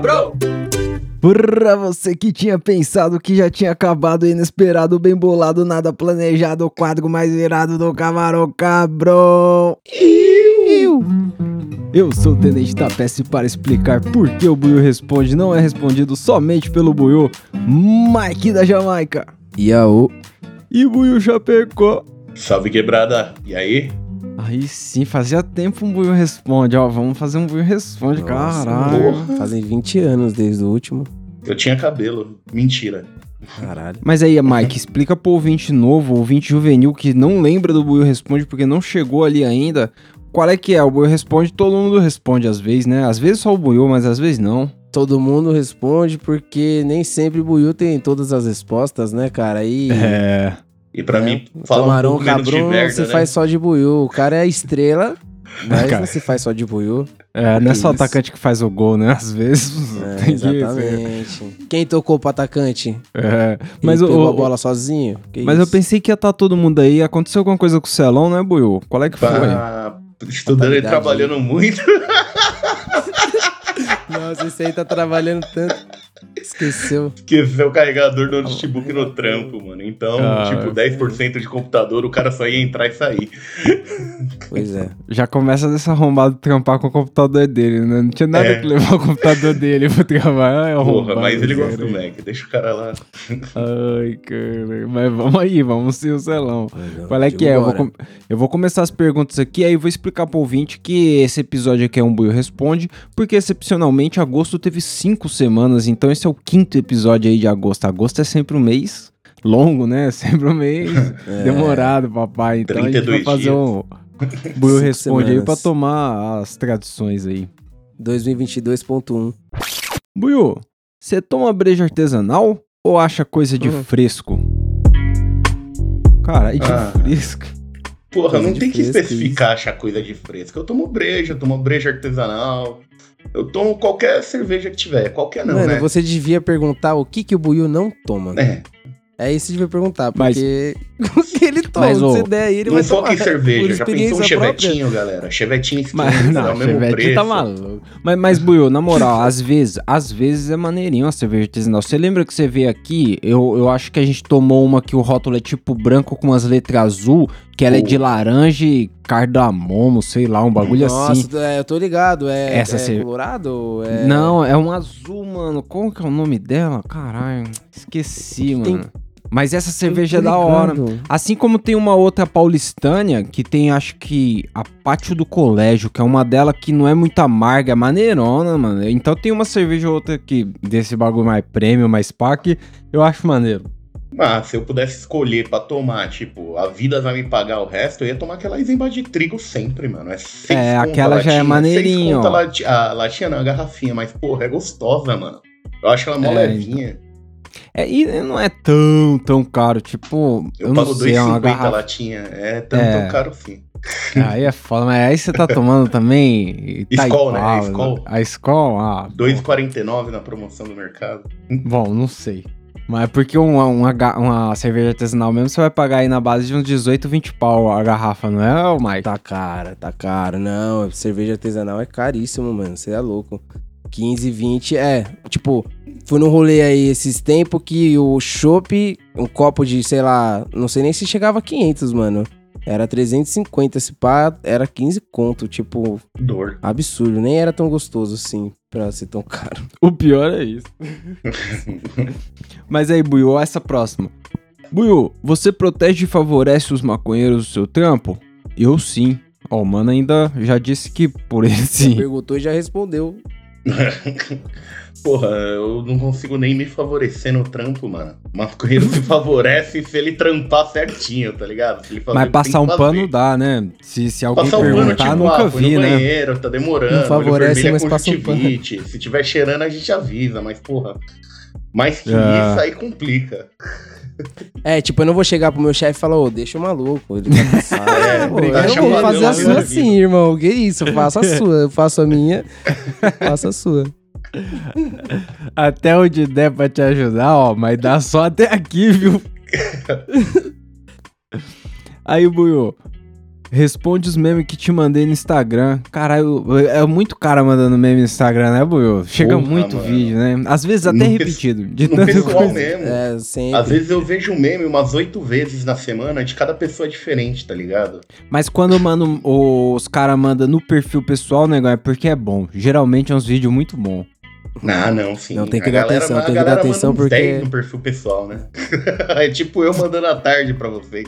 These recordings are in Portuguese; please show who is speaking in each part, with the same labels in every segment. Speaker 1: bro!
Speaker 2: Pra você que tinha pensado que já tinha acabado, inesperado, bem bolado, nada planejado, o quadro mais virado do Camarão Cabrão. Eu. Eu sou o Tenente da Peste para explicar por que o Buiu responde não é respondido somente pelo Buiu, Mike da Jamaica. Iaô. E Buiu Chapecó.
Speaker 1: Salve quebrada! E aí?
Speaker 2: Aí sim, fazia tempo um Buiu responde, ó, vamos fazer um Buiu responde,
Speaker 3: Nossa,
Speaker 2: caralho.
Speaker 3: porra. Fazem 20 anos desde o último.
Speaker 1: Eu tinha cabelo. Mentira.
Speaker 3: Caralho.
Speaker 2: Mas aí, Mike, explica pro ouvinte novo, ouvinte juvenil que não lembra do Buiu Responde porque não chegou ali ainda. Qual é que é? O Buiu Responde, todo mundo responde às vezes, né? Às vezes só o Buiu, mas às vezes não.
Speaker 3: Todo mundo responde porque nem sempre o Buiu tem todas as respostas, né, cara? E
Speaker 2: É.
Speaker 1: E pra
Speaker 3: É.
Speaker 1: mim, fala um
Speaker 3: Camarão
Speaker 1: pouco menos de
Speaker 3: Cabrão não
Speaker 1: merda,
Speaker 3: se
Speaker 1: né?
Speaker 3: faz só de Buiu. O cara é estrela, mas
Speaker 2: Cara.
Speaker 3: não se faz só de Buiu.
Speaker 2: É, não é só o
Speaker 3: Isso.
Speaker 2: atacante que faz o gol, né? Às vezes.
Speaker 3: É,
Speaker 2: tem que-
Speaker 3: exatamente. Quem tocou pro atacante?
Speaker 2: É. Mas,
Speaker 3: Mas e
Speaker 2: eu,
Speaker 3: pegou a
Speaker 2: eu-
Speaker 3: bola sozinho? Que
Speaker 2: mas eu
Speaker 3: isso?
Speaker 2: pensei que ia estar todo mundo aí. Aconteceu alguma coisa com o Celão, né, Buiu? Qual é que foi?
Speaker 1: Pá, Estudando e
Speaker 3: Fatalidade. né?
Speaker 1: trabalhando muito.
Speaker 3: Nossa, esse aí tá trabalhando tanto. Esqueceu.
Speaker 1: Esqueceu é o carregador do notebook no trampo, mano. Então,
Speaker 2: Ah,
Speaker 1: tipo, 10% de computador, o cara só ia entrar e sair.
Speaker 3: Tá Pois é.
Speaker 2: Já começa desse arrombado trampar com o computador dele, né? Não tinha nada
Speaker 1: É.
Speaker 2: que levar o computador dele pro trabalhar. É
Speaker 1: Porra,
Speaker 2: arrombado,
Speaker 1: mas ele gosta
Speaker 2: cara.
Speaker 1: do Mac. Deixa o cara lá.
Speaker 2: Ai, cara. Mas vamos aí, vamos ser o Celão. Qual é
Speaker 3: Moleque
Speaker 2: que é? Eu vou, com- eu vou começar as perguntas aqui, aí eu vou explicar pro ouvinte que esse episódio aqui é um Buio Responde, porque excepcionalmente agosto teve cinco semanas, então esse é o quinto episódio aí de agosto. Agosto é sempre um mês longo, né? É Sempre um mês
Speaker 3: É.
Speaker 2: demorado, papai. Então a gente vai
Speaker 1: 32
Speaker 2: fazer
Speaker 1: dias.
Speaker 2: um Buio
Speaker 3: Cinco
Speaker 2: Responde aí pra
Speaker 3: semanas.
Speaker 2: tomar as tradições aí.
Speaker 3: 2022.1.
Speaker 2: Buio, você toma breja artesanal ou acha coisa de
Speaker 3: Hum.
Speaker 2: fresco? Cara, é de
Speaker 1: Ah.
Speaker 2: fresco.
Speaker 1: Porra,
Speaker 3: Coisa
Speaker 1: não
Speaker 3: de
Speaker 1: tem que
Speaker 3: fresco,
Speaker 1: especificar achar coisa de fresco. Eu tomo breja, eu tomo breja artesanal. Eu tomo qualquer cerveja que tiver. Qualquer não,
Speaker 3: Mano,
Speaker 1: né?
Speaker 3: você devia perguntar o que, que o Buiu não toma.
Speaker 1: É,
Speaker 3: É isso que devia perguntar,
Speaker 2: Mas-
Speaker 3: porque o que ele toma,
Speaker 2: Mas, ô, um
Speaker 3: se der aí, ele
Speaker 1: não
Speaker 3: vai
Speaker 1: foca
Speaker 3: tomar.
Speaker 1: em Um cerveja.
Speaker 3: por
Speaker 1: Já pensou um
Speaker 3: experiência própria.
Speaker 1: chevetinho, galera? Chevetinho esquina,
Speaker 2: Mas não,
Speaker 1: dá o mesmo
Speaker 2: Chevette
Speaker 1: preço.
Speaker 2: tá maluco. Mas, mas Buiu, na moral, às vezes, às vezes é maneirinho a cerveja artesanal. Você lembra que você veio aqui? Eu, eu acho que a gente tomou uma que o rótulo é tipo branco com umas letras azul, que ela é de laranja e cardamomo, sei lá, um bagulho
Speaker 3: Nossa,
Speaker 2: assim.
Speaker 3: é, eu tô ligado. É,
Speaker 2: Essa
Speaker 3: é
Speaker 2: cerve-
Speaker 3: colorado? É...
Speaker 2: Não, é um azul, mano. Como que é o nome dela? Caralho, esqueci,
Speaker 3: Tem-
Speaker 2: mano. Mas essa
Speaker 3: Eu tô
Speaker 2: cerveja é da hora.
Speaker 3: ligado.
Speaker 2: Assim como tem uma outra paulistânia, que tem acho que a Pátio do Colégio, que é uma dela que não é muito amarga, é maneirona, mano. Então tem uma cerveja ou outra que desse bagulho mais prêmio, mais pack, eu acho maneiro.
Speaker 1: Ah, se eu pudesse escolher pra tomar, tipo, a vida vai me pagar o resto, eu ia tomar aquela Eisenbahn de trigo sempre, mano. É, seis
Speaker 2: É,
Speaker 1: conto a
Speaker 2: aquela já é
Speaker 1: latinha, seis
Speaker 2: maneirinho,
Speaker 1: conto a
Speaker 2: ó.
Speaker 1: lati- A latinha não, a garrafinha, mas, porra, é gostosa, mano. Eu acho ela mó
Speaker 2: É,
Speaker 1: levinha.
Speaker 2: É, e não é tão, tão caro, tipo, eu,
Speaker 1: Eu,
Speaker 2: não
Speaker 1: pago
Speaker 2: sei, é uma
Speaker 1: 2,50 a
Speaker 2: garrafa.
Speaker 1: latinha. É tão,
Speaker 2: É.
Speaker 1: tão caro sim.
Speaker 2: Aí é foda, mas aí você tá tomando também
Speaker 1: Skol, né?
Speaker 2: Itaipava,
Speaker 1: Skol.
Speaker 2: A Skol, ah,
Speaker 1: 2,49 na promoção do mercado.
Speaker 2: Bom, não sei. Mas é porque uma, uma, ga- uma cerveja artesanal mesmo, você vai pagar aí na base de uns 18, 20 pau a garrafa, não é, ô Mike?
Speaker 3: Tá caro, tá caro. Não, cerveja artesanal é caríssimo, mano. Você é louco. 15, 20, é. Tipo, fui num rolê aí esses tempos que o chopp, um copo de, sei lá, não sei nem se chegava a 500, mano. Era 350, esse pá era 15 conto, tipo,
Speaker 1: Dor.
Speaker 3: absurdo. Nem era tão gostoso assim, pra ser tão caro.
Speaker 2: O pior é isso. Mas aí, Buiu, ó essa próxima. Buiu, você protege e favorece os maconheiros do seu trampo? Eu sim. Ó, o mano ainda já disse que por ele sim.
Speaker 3: Perguntou e já respondeu.
Speaker 1: Porra, eu não consigo nem me favorecer no trampo, mano. O maconheiro se favorece se ele trampar certinho, tá ligado? Se ele fazer o
Speaker 2: Mas
Speaker 1: que tem
Speaker 2: passar
Speaker 1: que
Speaker 2: um
Speaker 1: fazer.
Speaker 2: pano dá, né? Se, se alguém
Speaker 1: Passar um pano,
Speaker 2: perguntar,
Speaker 1: tipo,
Speaker 2: nunca
Speaker 1: ah, foi
Speaker 2: vi,
Speaker 1: no
Speaker 2: né?
Speaker 1: banheiro, tá demorando.
Speaker 3: Não
Speaker 1: olho
Speaker 3: favorece,
Speaker 1: vermelho é
Speaker 3: mas passa um pano.
Speaker 1: conjuntivite. Se tiver cheirando, a gente avisa, mas, porra... Mais que
Speaker 2: Ah.
Speaker 1: isso, aí complica.
Speaker 3: É, tipo, eu não vou chegar pro meu chefe e falar, ô, deixa o maluco. Ele tá cansado.
Speaker 1: É,
Speaker 3: Pô,
Speaker 1: brigar,
Speaker 3: eu
Speaker 1: chamar
Speaker 3: não vou
Speaker 1: ele,
Speaker 3: fazer
Speaker 1: não,
Speaker 3: a sua
Speaker 1: né?
Speaker 3: assim, irmão. Que isso? Eu faço a sua. Eu faço a minha. faço a sua.
Speaker 2: Até onde der pra te ajudar, ó, mas dá só até aqui, viu? Aí, Buiu, Responde os memes que te mandei no Instagram. Caralho, é muito cara mandando meme no Instagram, né, Buiu? Chega
Speaker 1: Porra,
Speaker 2: muito
Speaker 1: mano.
Speaker 2: vídeo, né? Às vezes até
Speaker 1: No pe-
Speaker 2: repetido. De
Speaker 1: no
Speaker 2: tanto
Speaker 1: pessoal
Speaker 2: coisa.
Speaker 1: mesmo.
Speaker 3: É, sempre.
Speaker 1: Às vezes eu vejo um meme umas oito vezes na semana de cada pessoa diferente, tá ligado?
Speaker 2: Mas quando eu mando, os caras mandam no perfil pessoal, negócio, é porque é bom. Geralmente é uns vídeos muito bom.
Speaker 1: Ah, não, sim.
Speaker 3: Não, tem que
Speaker 1: A
Speaker 3: dar
Speaker 1: galera-
Speaker 3: atenção,
Speaker 1: a
Speaker 3: tem que
Speaker 1: galera
Speaker 3: dar atenção
Speaker 1: manda uns
Speaker 3: porque-
Speaker 1: 10 no perfil pessoal, né? é tipo eu mandando à tarde pra vocês.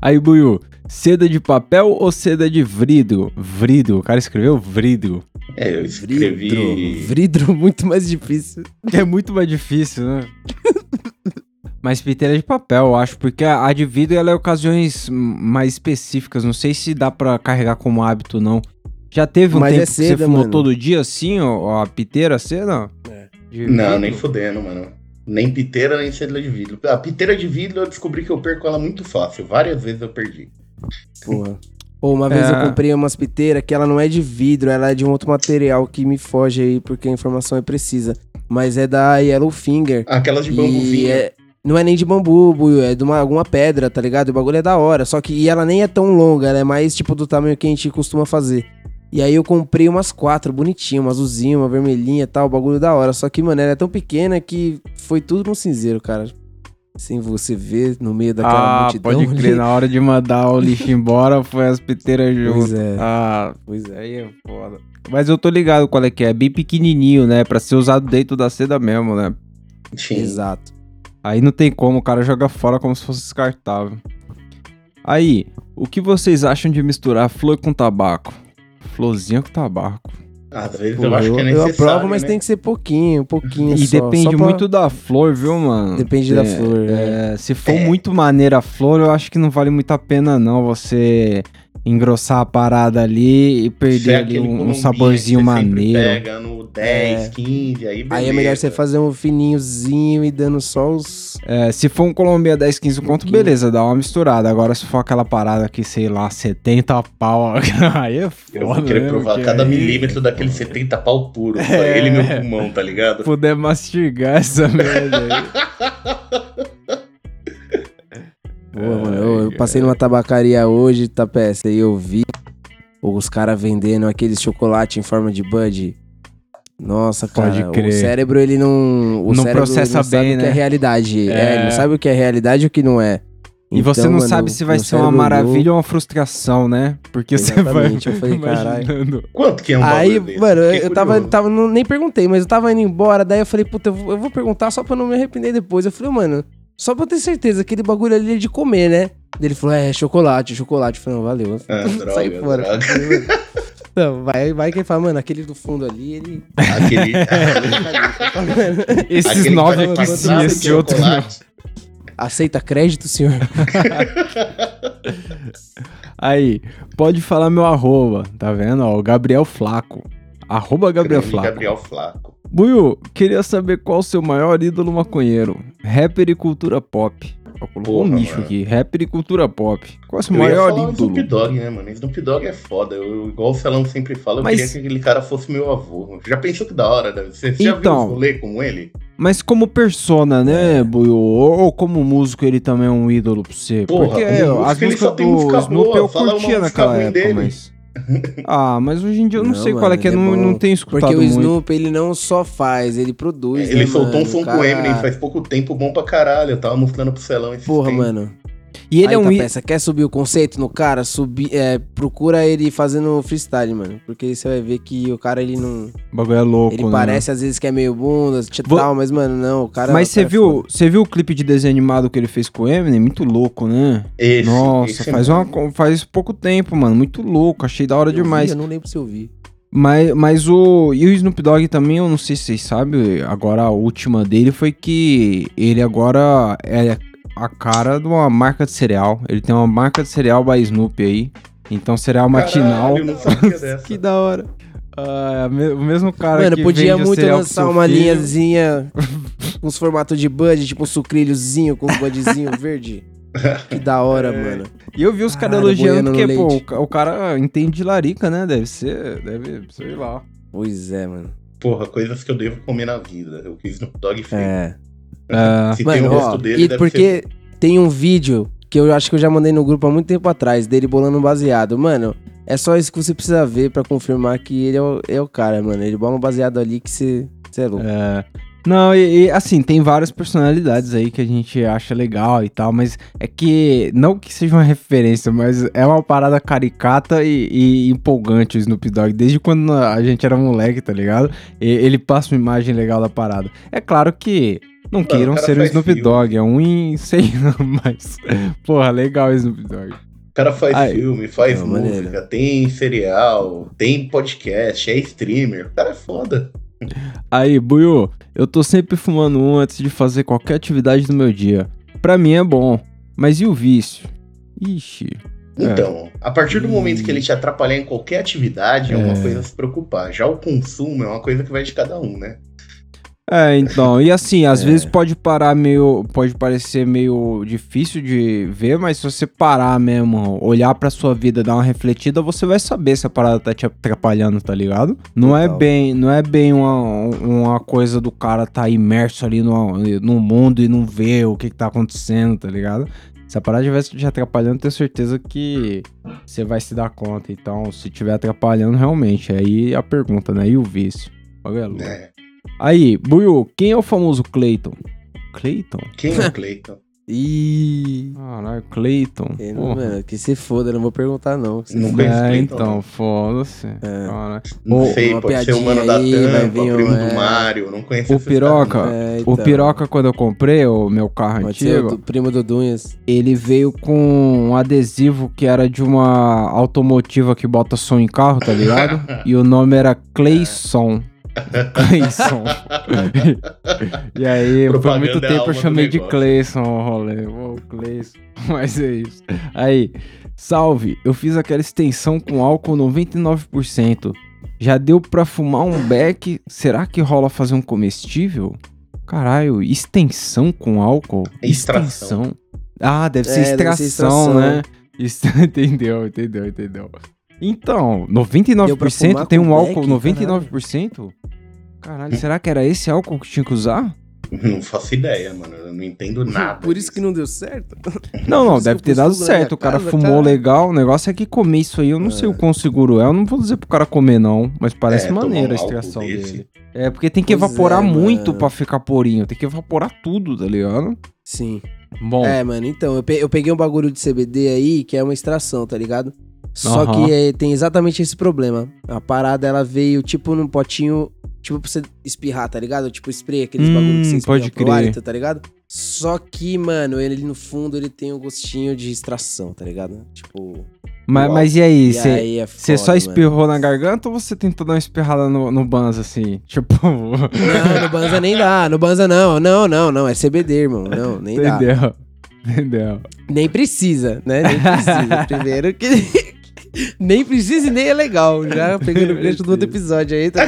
Speaker 2: Aí, Buiu, seda de papel ou seda de vidro? Vidro, o cara escreveu vidro.
Speaker 1: É, eu escrevi.
Speaker 3: Vridro. Vridro, muito mais difícil.
Speaker 2: É muito mais difícil, né? Mas piteira de papel, eu acho, porque a a de vidro ela é ocasiões hum, mais específicas. Não sei se dá pra carregar como hábito, não. Já teve um
Speaker 3: Mas
Speaker 2: tempo
Speaker 3: é
Speaker 2: que você
Speaker 3: seda,
Speaker 2: fumou
Speaker 3: mano.
Speaker 2: todo dia assim, ó, a piteira, a seda?
Speaker 3: É.
Speaker 2: De
Speaker 1: Não,
Speaker 2: vidro?
Speaker 1: nem fudendo, mano. Nem piteira, nem cedula de vidro. A piteira de vidro eu descobri que eu perco ela muito fácil. Várias vezes eu perdi.
Speaker 3: Porra. Pô, uma
Speaker 2: É.
Speaker 3: vez eu comprei umas piteiras que ela não é de vidro, ela é de um outro material que me foge aí, porque a informação é precisa. Mas é da Yellowfinger.
Speaker 1: Aquelas de bambu
Speaker 3: E
Speaker 1: vinho.
Speaker 3: é- não é nem de bambu, Buiu, é de uma, alguma pedra, tá ligado? O bagulho é da hora. Só que e ela nem é tão longa, ela é mais tipo do tamanho que a gente costuma fazer. E aí eu comprei umas quatro bonitinhas, uma azulzinha, uma vermelhinha e tal, o bagulho da hora. Só que, mano, ela é tão pequena que foi tudo num cinzeiro, cara. Sem você ver no meio daquela
Speaker 2: ah,
Speaker 3: multidão.
Speaker 2: pode crer, na hora de mandar o lixo embora foi as piteiras junto.
Speaker 3: Pois é,
Speaker 2: Ah,
Speaker 3: pois é.
Speaker 2: aí é foda. Mas eu tô ligado qual é que é, é bem pequenininho, né? Pra ser usado dentro da seda mesmo, né?
Speaker 1: Sim.
Speaker 3: Exato.
Speaker 2: Aí não tem como, o cara joga fora como se fosse descartável. Aí, o que vocês acham de misturar flor com tabaco? Florzinha com tabaco.
Speaker 1: Às vezes
Speaker 3: Pô,
Speaker 1: eu acho que é
Speaker 3: eu
Speaker 1: necessário.
Speaker 3: aprovo, mas
Speaker 1: né?
Speaker 3: tem que ser pouquinho, pouquinho
Speaker 2: E
Speaker 3: só.
Speaker 2: depende
Speaker 3: só pra-
Speaker 2: muito da flor, viu, mano?
Speaker 3: Depende da flor,
Speaker 2: É, se for
Speaker 1: É.
Speaker 2: muito maneira a flor, eu acho que não vale muito a pena, não, você engrossar a parada ali e
Speaker 1: Isso é
Speaker 2: perder ali
Speaker 1: aquele
Speaker 2: um, um
Speaker 1: colombinho que
Speaker 2: saborzinho
Speaker 1: você sempre
Speaker 2: maneiro.
Speaker 1: Pega no 10,
Speaker 3: É.
Speaker 1: 15, aí beleza.
Speaker 3: Aí é melhor você fazer um fininhozinho e dando só os,
Speaker 2: É, se for um Colombia 10, 15 conto,
Speaker 3: Pouquinho.
Speaker 2: beleza, dá uma misturada. Agora, se for aquela parada que, sei lá, 70 pau, aí é foda.
Speaker 1: Eu vou querer
Speaker 2: né,
Speaker 1: provar
Speaker 2: porque
Speaker 1: cada
Speaker 2: aí-
Speaker 1: milímetro daquele 70 pau puro. Só
Speaker 2: É.
Speaker 1: ele e meu pulmão, tá ligado?
Speaker 2: puder mastigar essa merda aí.
Speaker 3: Boa, mano. Eu, eu passei numa tabacaria hoje, tá, Tapeste, e eu vi os caras vendendo aqueles chocolate em forma de bud. Nossa, cara.
Speaker 2: Pode
Speaker 3: O
Speaker 2: crer.
Speaker 3: cérebro, ele não. O
Speaker 2: Não
Speaker 3: cérebro,
Speaker 2: processa
Speaker 3: ele não sabe
Speaker 2: bem,
Speaker 3: o que
Speaker 2: né?
Speaker 3: é realidade. É...
Speaker 2: É.
Speaker 3: ele não sabe o que é realidade e o que não é.
Speaker 2: E você
Speaker 3: Então,
Speaker 2: não
Speaker 3: mano,
Speaker 2: sabe se vai
Speaker 3: meu
Speaker 2: ser uma
Speaker 3: cérebro
Speaker 2: maravilha ou uma frustração, né? Porque
Speaker 3: Exatamente, eu
Speaker 2: você vai
Speaker 3: falei, caralho.
Speaker 2: imaginando.
Speaker 1: Quanto que é um
Speaker 3: Aí,
Speaker 1: bagulho desse?
Speaker 3: mano, eu,
Speaker 1: Fiquei
Speaker 3: eu tava,
Speaker 1: curioso.
Speaker 3: tava não- nem perguntei, mas eu tava indo embora, daí eu falei, puta, eu vou, eu vou perguntar só pra não me arrepender depois. Eu falei, mano, só pra eu ter certeza, aquele bagulho ali é de comer, né? Daí Ele falou, é, chocolate, chocolate. Eu falei, não, valeu.
Speaker 1: Ah, droga,
Speaker 3: Sai fora.
Speaker 1: droga.
Speaker 3: Não, vai, vai que ele fala, mano, aquele do fundo ali, ele.
Speaker 1: Aquele,
Speaker 2: Esses
Speaker 1: aquele
Speaker 2: nove
Speaker 1: que
Speaker 2: aqui
Speaker 1: faz
Speaker 2: sim,
Speaker 1: massa de
Speaker 2: esse outro não.
Speaker 1: chocolate.
Speaker 3: Aceita crédito, senhor?
Speaker 2: Aí, pode falar meu arroba, tá vendo? Ó, o Gabriel Flaco. Arroba Gabriel
Speaker 1: Grande
Speaker 2: Flaco.
Speaker 1: Gabriel Flaco.
Speaker 2: Buiu, queria saber qual o seu maior ídolo maconheiro. Rapper e cultura pop. Ó, Colocou um
Speaker 1: Porra,
Speaker 2: nicho
Speaker 1: mano.
Speaker 2: aqui. Rapper e cultura pop. Qual é o seu
Speaker 1: Eu ia
Speaker 2: maior
Speaker 1: falar
Speaker 2: ídolo?
Speaker 1: o Snoop Dogg, né, mano? Snoop Dogg é foda. Eu, igual o Celão sempre fala, eu
Speaker 2: Mas-
Speaker 1: queria que aquele cara fosse meu avô. Já pensou que da hora, deve ser? Você já viu
Speaker 2: Então.
Speaker 1: o rolê com ele?
Speaker 2: Mas como persona,
Speaker 1: É.
Speaker 2: né, Buiu? Ou ou como músico ele também é um ídolo pra você?
Speaker 1: Porra,
Speaker 2: Porque
Speaker 1: como
Speaker 2: ó,
Speaker 1: músico
Speaker 2: as
Speaker 1: ele
Speaker 2: músicas
Speaker 1: só tem
Speaker 2: do
Speaker 1: música
Speaker 2: Snoop
Speaker 1: boa,
Speaker 2: eu
Speaker 1: fala uma
Speaker 2: curtia
Speaker 1: música
Speaker 2: naquela
Speaker 1: ruim
Speaker 2: época,
Speaker 1: dele.
Speaker 2: mas... Ah, mas hoje em dia eu não,
Speaker 3: Não,
Speaker 2: sei qual
Speaker 3: mano,
Speaker 2: é que é,
Speaker 3: ele é
Speaker 2: não,
Speaker 3: bom.
Speaker 2: não tenho escutado
Speaker 3: Porque o
Speaker 2: muito.
Speaker 3: Snoop, ele não só faz, ele produz.
Speaker 1: ele
Speaker 3: né,
Speaker 1: soltou
Speaker 3: mano?
Speaker 1: um som com o
Speaker 3: Cara,
Speaker 1: Eminem faz pouco tempo, bom pra caralho. Eu tava mostrando pro Celão esse
Speaker 3: Porra, mano.
Speaker 2: E ele é um...
Speaker 3: tá
Speaker 2: í-
Speaker 3: peça, quer subir o conceito no cara? Subir, é, procura ele fazendo freestyle, mano. Porque aí você vai ver que o cara, ele não.
Speaker 2: O bagulho é louco,
Speaker 3: ele
Speaker 2: né?
Speaker 3: parece às vezes que é meio bunda, tipo
Speaker 2: Vo-
Speaker 3: tal, mas, mano, não. O cara.
Speaker 2: Mas
Speaker 3: o
Speaker 2: você
Speaker 3: cara é
Speaker 2: viu,
Speaker 3: foda.
Speaker 2: você viu o clipe de desenho animado que ele fez com o Eminem? Muito louco, né?
Speaker 1: Esse,
Speaker 2: Nossa,
Speaker 1: esse é
Speaker 2: faz,
Speaker 1: mesmo.
Speaker 2: uma, co- faz pouco tempo, mano. Muito louco, achei da hora
Speaker 3: Eu vi,
Speaker 2: demais.
Speaker 3: eu não lembro se eu vi.
Speaker 2: Mas, mas o. E o Snoop Dogg também, eu não sei se vocês sabem, agora a última dele foi que ele agora é a cara de uma marca de cereal. Ele tem uma marca de cereal by Snoop aí. Então, cereal matinal.
Speaker 1: Caralho, eu não sabia dessa.
Speaker 2: Que da hora. Ah, me- o mesmo cara
Speaker 3: Mano,
Speaker 2: que
Speaker 3: podia
Speaker 2: vende o
Speaker 3: muito
Speaker 2: cereal pro
Speaker 3: lançar
Speaker 2: seu
Speaker 3: uma
Speaker 2: filho.
Speaker 3: linhazinha com os formatos de bud, tipo um sucrilhozinho com os budzinho verde. Que da hora, mano.
Speaker 2: E eu vi os caras
Speaker 3: Caralho,
Speaker 2: elogiando
Speaker 3: boiando
Speaker 2: porque,
Speaker 3: no
Speaker 2: pô, o
Speaker 3: leite.
Speaker 2: ca- o cara entende de larica, né? Deve ser, deve, sei lá.
Speaker 3: Pois é, mano.
Speaker 1: Porra, coisas que eu devo comer na vida. O que o Snoop Dog fez.
Speaker 3: É.
Speaker 1: Se tem o
Speaker 3: mano,
Speaker 1: rosto
Speaker 3: ó,
Speaker 1: dele,
Speaker 3: e
Speaker 1: deve
Speaker 3: porque tem um vídeo que eu acho que eu já mandei no grupo há muito tempo atrás, dele bolando um baseado. Mano, é só isso que você precisa ver pra confirmar que ele é o, é o cara, mano. Ele bola um baseado ali que você é louco.
Speaker 2: É. Não, e, e, assim, tem várias personalidades aí que a gente acha legal e tal, mas é que, não que seja uma referência, mas é uma parada caricata e, e empolgante o Snoop Dogg. Desde quando a gente era moleque, tá ligado? E- ele passa uma imagem legal da parada. É claro que não queiram
Speaker 1: o cara
Speaker 2: ser o
Speaker 1: faz
Speaker 2: Snoop
Speaker 1: filme.
Speaker 2: Dogg, é um em 100, mas, porra, legal o Snoop Dogg.
Speaker 1: O cara faz
Speaker 2: Ai,
Speaker 1: filme, faz
Speaker 3: é uma
Speaker 1: música,
Speaker 3: maneira.
Speaker 1: tem serial, tem podcast, é streamer. O cara é foda.
Speaker 2: Aí, Buiu, eu tô sempre fumando um antes de fazer qualquer atividade do meu dia. Pra mim é bom, mas e o vício? Ixi. É.
Speaker 1: Então, a partir do momento que ele te atrapalhar em qualquer atividade, é uma
Speaker 2: É.
Speaker 1: coisa a se preocupar. Já o consumo é uma coisa que vai de cada um, né?
Speaker 2: É, então, e assim, às
Speaker 3: É.
Speaker 2: vezes pode parar meio, pode parecer meio difícil de ver, mas se você parar mesmo, olhar pra sua vida, dar uma refletida, você vai saber se a parada tá te atrapalhando, tá ligado? Não é
Speaker 3: Total.
Speaker 2: bem, não é bem uma, uma coisa do cara tá imerso ali no, no mundo e não ver o que, que tá acontecendo, tá ligado? Se a parada estiver te atrapalhando, eu tenho certeza que você vai se dar conta. Então, se estiver atrapalhando, realmente, aí a pergunta, né? E o vício? Olha, louco.
Speaker 1: É.
Speaker 2: Aí, Buiu, quem é o famoso Clayton? Clayton?
Speaker 1: Quem é o Cleiton?
Speaker 3: Ih.
Speaker 2: Caralho, Clayton.
Speaker 3: Eu não- é.
Speaker 2: porra.
Speaker 3: Mano, que se foda, eu não vou perguntar não. que se
Speaker 1: Não
Speaker 3: foda.
Speaker 1: conheço
Speaker 2: É,
Speaker 1: Clayton,
Speaker 2: então,
Speaker 1: não.
Speaker 2: foda-se.
Speaker 3: É.
Speaker 2: Caralho.
Speaker 1: Não
Speaker 2: Ô,
Speaker 1: sei,
Speaker 3: uma
Speaker 1: pode ser o
Speaker 3: piadinha
Speaker 1: mano da
Speaker 3: aí,
Speaker 1: tampa,
Speaker 3: vai vir um-
Speaker 1: primo
Speaker 3: é.
Speaker 1: do Mario, não conheço
Speaker 2: O
Speaker 1: esses caras,
Speaker 2: Piroca,
Speaker 1: não.
Speaker 3: É,
Speaker 2: O
Speaker 3: então.
Speaker 2: Piroca, quando eu comprei o meu carro
Speaker 3: Pode ser o
Speaker 2: antigo,
Speaker 3: do- primo do Dunhas.
Speaker 2: ele veio com um adesivo que era de uma automotiva que bota som em carro, tá ligado? e o nome era Clayson. Clayson. e aí, por
Speaker 1: Propaganda
Speaker 2: muito
Speaker 1: é a
Speaker 2: tempo
Speaker 1: alma
Speaker 2: eu
Speaker 1: do
Speaker 2: chamei de
Speaker 1: negócio.
Speaker 2: Clayson o rolê. Ô, Clayson. Mas é isso. Aí, salve, eu fiz aquela extensão com álcool 99%. Já deu pra fumar um beck? Será que rola fazer um comestível? Caralho, extensão com álcool?
Speaker 1: Extração.
Speaker 2: Extensão. Ah, deve ser
Speaker 3: É, deve
Speaker 2: extração,
Speaker 3: ser extração.
Speaker 2: né? Isso- entendeu, entendeu, entendeu. Então,
Speaker 3: Deu pra
Speaker 2: 99%
Speaker 3: fumar
Speaker 2: tem
Speaker 3: com Hum.
Speaker 2: um álcool
Speaker 3: beck,
Speaker 2: 99%? Caralho, será que era esse álcool que tinha que usar?
Speaker 1: Não faço ideia, mano. Eu não entendo nada.
Speaker 3: Por isso que
Speaker 1: disso.
Speaker 3: não deu certo.
Speaker 2: Não, não,
Speaker 3: Isso
Speaker 2: deve
Speaker 3: que
Speaker 2: ter
Speaker 3: eu pus
Speaker 2: dado
Speaker 3: fogo na minha
Speaker 2: certo. O cara
Speaker 3: casa,
Speaker 2: fumou
Speaker 3: cara.
Speaker 2: legal. O negócio é que comer isso aí, eu não sei o quão seguro é. Eu não vou dizer pro cara comer, não. Mas parece
Speaker 1: É, tomar
Speaker 2: maneiro a
Speaker 1: um álcool
Speaker 2: extração
Speaker 1: desse.
Speaker 2: dele. É, porque tem que
Speaker 3: Pois
Speaker 2: evaporar
Speaker 3: é,
Speaker 2: muito
Speaker 3: mano.
Speaker 2: pra ficar porinho. Tem que evaporar tudo, tá ligado?
Speaker 3: Sim.
Speaker 2: Bom,
Speaker 3: É, mano, então, eu pe- eu peguei um bagulho de CBD aí, que é uma extração, tá ligado? Só
Speaker 2: Aham.
Speaker 3: que é, tem exatamente esse problema. A parada, ela veio, tipo, num potinho, tipo, pra você espirrar, tá ligado? Tipo, spray, aqueles
Speaker 2: Hum,
Speaker 3: bagulhos que você espirra
Speaker 2: pode
Speaker 3: pro
Speaker 2: crer.
Speaker 3: hálito, tá ligado? Só que, mano, ele no fundo, ele tem um gostinho de extração, tá ligado? Tipo...
Speaker 2: ma-
Speaker 1: uau.
Speaker 2: mas e aí?
Speaker 3: e
Speaker 2: Você
Speaker 3: aí é foda,
Speaker 2: só
Speaker 3: mano.
Speaker 2: espirrou na garganta ou você tentou dar uma espirrada no, no Banza, assim? Tipo.
Speaker 3: Não, no Banza nem dá, no Banza não, não, não, não, é CBD, irmão, não, nem dá.
Speaker 2: entendeu? Entendeu?
Speaker 3: Nem precisa, né? Nem precisa. Primeiro que. nem precisa e nem é legal. Já pegando o gancho do outro episódio aí, tá?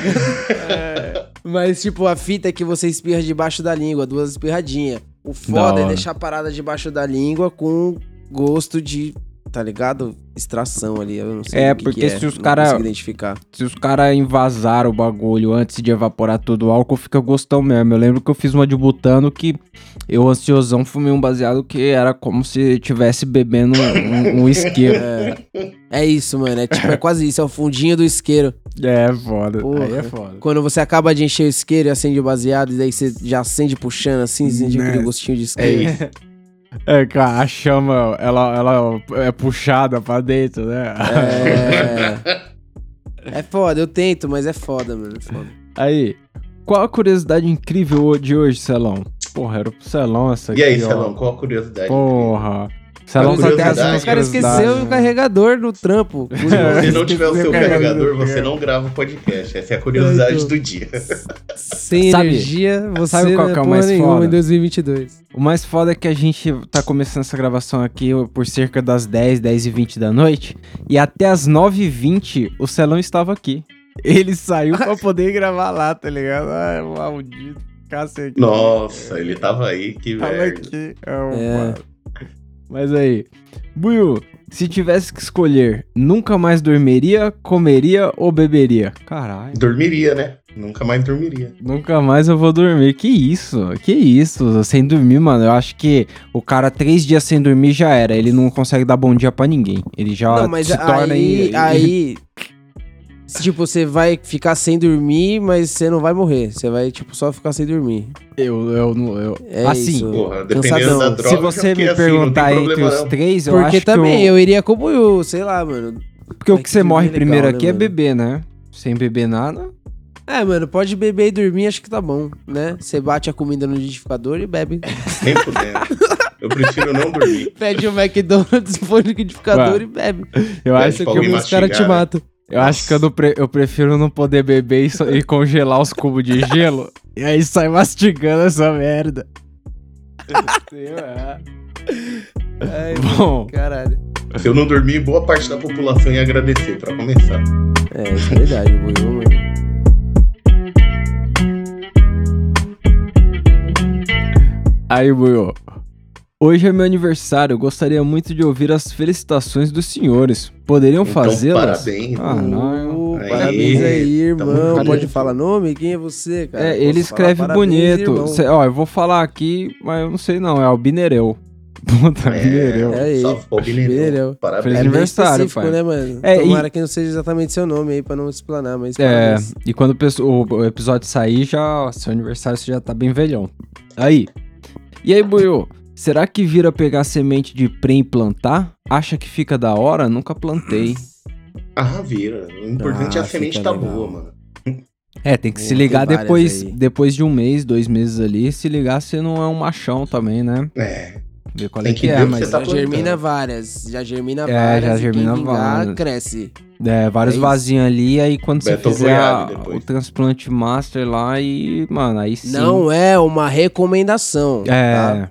Speaker 3: É, Mas, tipo, a fita é que você espirra debaixo da língua, duas espirradinhas. O
Speaker 2: Da
Speaker 3: foda é
Speaker 2: hora.
Speaker 3: deixar a parada debaixo da língua com gosto de. Tá ligado? Extração ali. Eu não sei
Speaker 2: É,
Speaker 3: o que que
Speaker 2: porque se os
Speaker 3: não
Speaker 2: cara-
Speaker 3: consigo identificar.
Speaker 2: Se os caras envasaram o bagulho antes de evaporar todo o álcool, fica gostão mesmo. Eu lembro que eu fiz uma de butano que eu, ansiosão, fumei um baseado que era como se tivesse bebendo um um isqueiro.
Speaker 3: É isso, mano. É tipo, é quase isso. É o fundinho do isqueiro.
Speaker 2: é, foda.
Speaker 3: Porra.
Speaker 2: Aí é foda.
Speaker 3: Quando você acaba de encher o isqueiro e acende o baseado, e daí você já acende puxando assim, sente aquele
Speaker 2: Nossa.
Speaker 3: gostinho de
Speaker 1: É
Speaker 3: isqueiro.
Speaker 1: isso.
Speaker 2: É, cara, a chama, ela, ela é puxada pra dentro, né?
Speaker 3: É. É foda, eu tento, mas é foda, mano. é foda.
Speaker 2: Aí, qual a curiosidade incrível de hoje, Celão? Porra, era pro Celão essa
Speaker 1: E
Speaker 2: Tá aqui,
Speaker 1: aí,
Speaker 2: ó.
Speaker 1: Celão, qual a curiosidade?
Speaker 2: Porra. Celão tá
Speaker 1: Mas
Speaker 2: só tem
Speaker 1: curiosidade,
Speaker 2: essas
Speaker 1: né?
Speaker 3: O cara esqueceu o
Speaker 2: curiosidades, né?
Speaker 3: carregador no trampo.
Speaker 2: É.
Speaker 1: Se você não tiver o seu
Speaker 2: Carregador
Speaker 1: carregador,
Speaker 2: do
Speaker 1: você
Speaker 2: carro.
Speaker 1: não grava o podcast. Essa é a curiosidade
Speaker 3: Então.
Speaker 1: do dia.
Speaker 3: Sem
Speaker 2: Sabe-
Speaker 3: energia, você
Speaker 2: sabe qual
Speaker 3: não é
Speaker 2: que é o
Speaker 3: porra
Speaker 2: mais
Speaker 3: nenhuma
Speaker 2: foda?
Speaker 3: em 2022.
Speaker 2: O mais foda é que a gente tá começando essa gravação aqui por cerca das 10, 10 e 20 da noite. E até as 9 h 20 o Celão estava aqui. Ele saiu pra poder gravar lá, tá ligado? Ai, maldito. Cacete.
Speaker 1: Nossa, ele tava aí, que
Speaker 2: Tava
Speaker 1: velho.
Speaker 2: aqui.
Speaker 1: um
Speaker 2: Oh,
Speaker 3: É.
Speaker 2: mano. Mas aí. Buiu, se tivesse que escolher, nunca mais dormiria, comeria ou beberia? Caralho.
Speaker 1: Dormiria, né? Nunca mais dormiria.
Speaker 2: Nunca mais eu vou dormir. Que isso? Que isso? Sem dormir, mano. Eu acho que o cara três dias sem dormir já era. Ele não consegue dar bom dia pra ninguém. Ele já
Speaker 3: Não, mas
Speaker 2: se torna
Speaker 3: aí.
Speaker 2: em-
Speaker 3: aí se, tipo, você vai ficar sem dormir, mas você não vai morrer. Você vai, tipo, só ficar sem dormir.
Speaker 2: Eu, eu, não- eu,
Speaker 3: É
Speaker 2: Assim,
Speaker 3: isso.
Speaker 1: Porra, dependendo
Speaker 3: Cansadão.
Speaker 1: da droga.
Speaker 2: se você
Speaker 1: porque,
Speaker 2: me
Speaker 1: assim, não tem
Speaker 2: perguntar entre
Speaker 1: problema,
Speaker 2: os
Speaker 1: não.
Speaker 2: três, eu
Speaker 3: Porque
Speaker 2: acho
Speaker 3: também
Speaker 2: que o-
Speaker 3: eu iria como eu, sei lá, mano.
Speaker 2: porque o
Speaker 3: Mas
Speaker 2: que você
Speaker 3: que
Speaker 2: morre
Speaker 3: legal,
Speaker 2: primeiro
Speaker 3: né,
Speaker 2: aqui é
Speaker 3: mano?
Speaker 2: beber, né? Sem beber nada.
Speaker 3: É, mano, pode beber e dormir, acho que tá bom, né? Você bate a comida no liquidificador e bebe.
Speaker 1: Nem fudendo. Eu prefiro não dormir.
Speaker 3: Pede o McDonald's, põe no liquidificador
Speaker 2: Ué.
Speaker 3: e bebe.
Speaker 2: Eu
Speaker 1: Vai,
Speaker 2: acho,
Speaker 1: se
Speaker 3: Isso
Speaker 1: pra
Speaker 3: aqui
Speaker 1: alguém
Speaker 3: os caras te
Speaker 1: mastigar, né?
Speaker 3: matam.
Speaker 2: eu acho que eu, não pre- eu prefiro não poder beber e, só- e congelar os cubos de gelo. E aí sai mastigando essa merda.
Speaker 3: Ai,
Speaker 2: Bom,
Speaker 3: caralho.
Speaker 1: Se eu não dormir, boa parte da população ia agradecer, pra começar.
Speaker 3: É, isso é verdade, Buiu, mano.
Speaker 2: aí, Buiô. Hoje é meu aniversário, eu gostaria muito de ouvir as felicitações dos senhores. Poderiam
Speaker 1: Então,
Speaker 2: fazê-las?
Speaker 1: parabéns.
Speaker 2: Ah, não.
Speaker 3: Ô,
Speaker 1: Aí,
Speaker 3: parabéns aí,
Speaker 1: tamo
Speaker 3: irmão.
Speaker 1: junto.
Speaker 3: Pode falar nome? Quem é você, cara?
Speaker 2: É,
Speaker 3: Posso
Speaker 2: ele
Speaker 3: falar
Speaker 2: escreve
Speaker 3: parabéns,
Speaker 2: bonito.
Speaker 3: irmão?
Speaker 2: Cê- ó, eu vou falar aqui, mas eu não sei não, é o Binereu. Puta,
Speaker 1: É.
Speaker 2: Binereu.
Speaker 3: É ele.
Speaker 1: Salve, pro Binerão.
Speaker 3: Binerão.
Speaker 1: Parabéns.
Speaker 2: Feliz
Speaker 3: É bem
Speaker 2: aniversário,
Speaker 3: específico,
Speaker 2: pai.
Speaker 3: né, mano?
Speaker 2: É,
Speaker 3: Tomara que não seja exatamente seu nome aí pra não explanar, mas
Speaker 2: É,
Speaker 3: parabéns.
Speaker 2: e quando o pesso- o, o episódio sair, já seu aniversário você já tá bem velhão. Aí. E aí, Buiu? Será que vira pegar semente de pré e plantar? Acha que fica da hora? Nunca plantei.
Speaker 1: Ah, vira. O importante é
Speaker 3: Ah,
Speaker 1: a semente
Speaker 3: fica
Speaker 1: tá
Speaker 3: legal.
Speaker 1: boa, mano.
Speaker 2: É, tem que se
Speaker 3: Tem
Speaker 2: ligar
Speaker 3: várias
Speaker 2: depois,
Speaker 3: aí.
Speaker 2: depois de um mês, dois meses ali. Se ligar, você não é um machão também, né?
Speaker 1: É.
Speaker 2: Ver qual
Speaker 1: Tem
Speaker 2: é que,
Speaker 1: que ver
Speaker 2: é,
Speaker 1: o que
Speaker 2: mas.
Speaker 1: você tá
Speaker 3: Já germina
Speaker 1: plantando.
Speaker 3: várias. Já germina
Speaker 2: É,
Speaker 3: várias.
Speaker 2: já
Speaker 3: e quem
Speaker 2: germina
Speaker 3: vingar,
Speaker 2: várias.
Speaker 3: cresce.
Speaker 2: É, vários
Speaker 3: É isso.
Speaker 2: vasinhos ali, aí quando você
Speaker 1: Battle
Speaker 2: fizer a-
Speaker 1: Royale depois.
Speaker 2: o transplante master lá e, mano, aí sim.
Speaker 3: Não é uma recomendação. tá?
Speaker 2: É,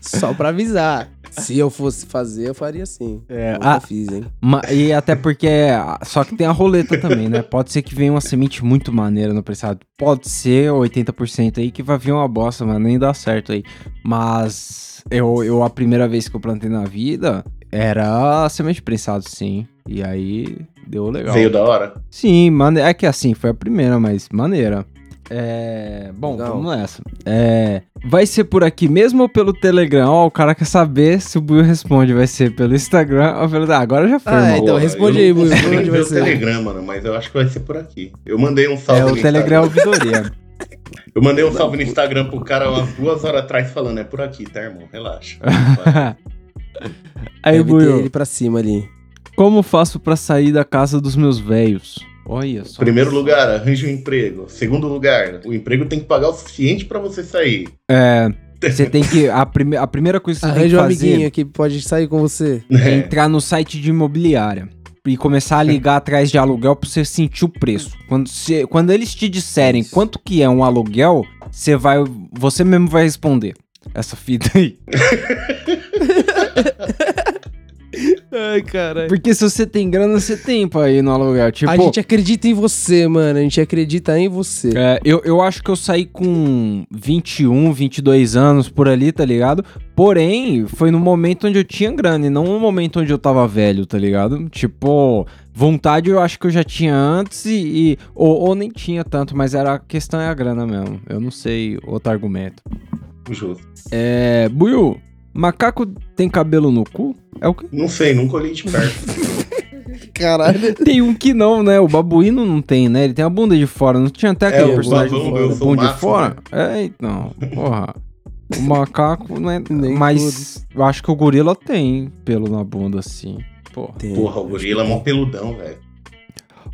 Speaker 3: Só pra avisar. Se eu fosse fazer, eu faria assim.
Speaker 2: É,
Speaker 3: Nunca
Speaker 2: ah.
Speaker 3: fiz, hein?
Speaker 2: ma- e até porque, a- só que tem a roleta também, né? Pode ser que venha uma semente muito maneira no prensado, pode ser 80% aí que vai vir uma bosta, mano, nem dá certo aí. Mas eu, eu a primeira vez que eu plantei na vida era semente prensado, sim. E aí deu legal.
Speaker 1: Veio da hora?
Speaker 2: Sim, mane... é que assim, foi a primeira, mas maneira. É. Bom,
Speaker 3: Legal.
Speaker 2: vamos nessa. É. Vai ser por aqui mesmo ou pelo Telegram? Ó, o cara quer saber se o Buiu responde. Vai ser pelo Instagram ou pelo. Ah, agora já foi,
Speaker 3: Ah,
Speaker 2: irmão.
Speaker 3: então
Speaker 1: Boa,
Speaker 3: responde
Speaker 1: eu
Speaker 3: aí,
Speaker 1: não
Speaker 3: Buiu,
Speaker 1: consigo
Speaker 3: onde
Speaker 1: nem ver
Speaker 3: vai
Speaker 1: o
Speaker 3: ser?
Speaker 1: Telegram, mano, mas eu acho que vai ser por aqui. Eu mandei um
Speaker 2: É,
Speaker 1: salve no
Speaker 2: o Telegram é
Speaker 1: Instagram.
Speaker 2: ouvidoria.
Speaker 1: Eu mandei um salve no Instagram pro cara umas duas horas atrás falando, é por aqui, tá, irmão? Relaxa. Vai.
Speaker 2: Aí,
Speaker 3: Deve ter
Speaker 2: Buiu,
Speaker 3: ele pra cima ali.
Speaker 2: como faço pra sair da casa dos meus velhos? Olha só.
Speaker 1: Primeiro lugar, arranje um emprego. Segundo lugar, o emprego tem que pagar o suficiente pra você sair.
Speaker 2: Você tem que. A, prime... a primeira coisa que você tem que
Speaker 3: Arranja um
Speaker 2: fazer
Speaker 3: amiguinho que pode sair com você.
Speaker 2: é
Speaker 1: né?
Speaker 2: entrar no site de imobiliária e começar a ligar atrás de aluguel pra você sentir o preço. Quando, você- quando eles te disserem
Speaker 3: Isso.
Speaker 2: quanto que é um aluguel, você vai, você mesmo vai responder essa fita aí.
Speaker 3: Ai, caralho.
Speaker 2: Porque se você tem grana, você tem pra ir no aluguel. Tipo,
Speaker 3: É. a gente acredita em você, mano. A gente acredita em você.
Speaker 2: é, eu, eu acho que eu saí com 21, 22 anos por ali, tá ligado? Porém, foi no momento onde eu tinha grana e não no momento onde eu tava velho, tá ligado? Tipo, vontade eu acho que eu já tinha antes e. e- ou, ou nem tinha tanto, mas era a questão é a grana mesmo. Eu não sei outro argumento.
Speaker 1: Justo.
Speaker 2: É. Buiu, macaco tem cabelo no cu? É o que?
Speaker 1: Não sei, nunca olhei de perto.
Speaker 3: Caralho.
Speaker 2: Tem um que não, né? O babuíno não tem, né? Ele tem a bunda de fora. Não tinha até aquele
Speaker 1: É, o
Speaker 2: personagem
Speaker 1: babão,
Speaker 2: do
Speaker 1: eu sou o
Speaker 2: bunda de
Speaker 1: máximo, né?
Speaker 2: fora? É, então. Porra. O macaco, né?
Speaker 3: Nem
Speaker 2: Mas eu acho que o gorila tem pelo na bunda, assim. Porra.
Speaker 3: Tipo,
Speaker 1: Porra, o gorila é mó peludão, velho.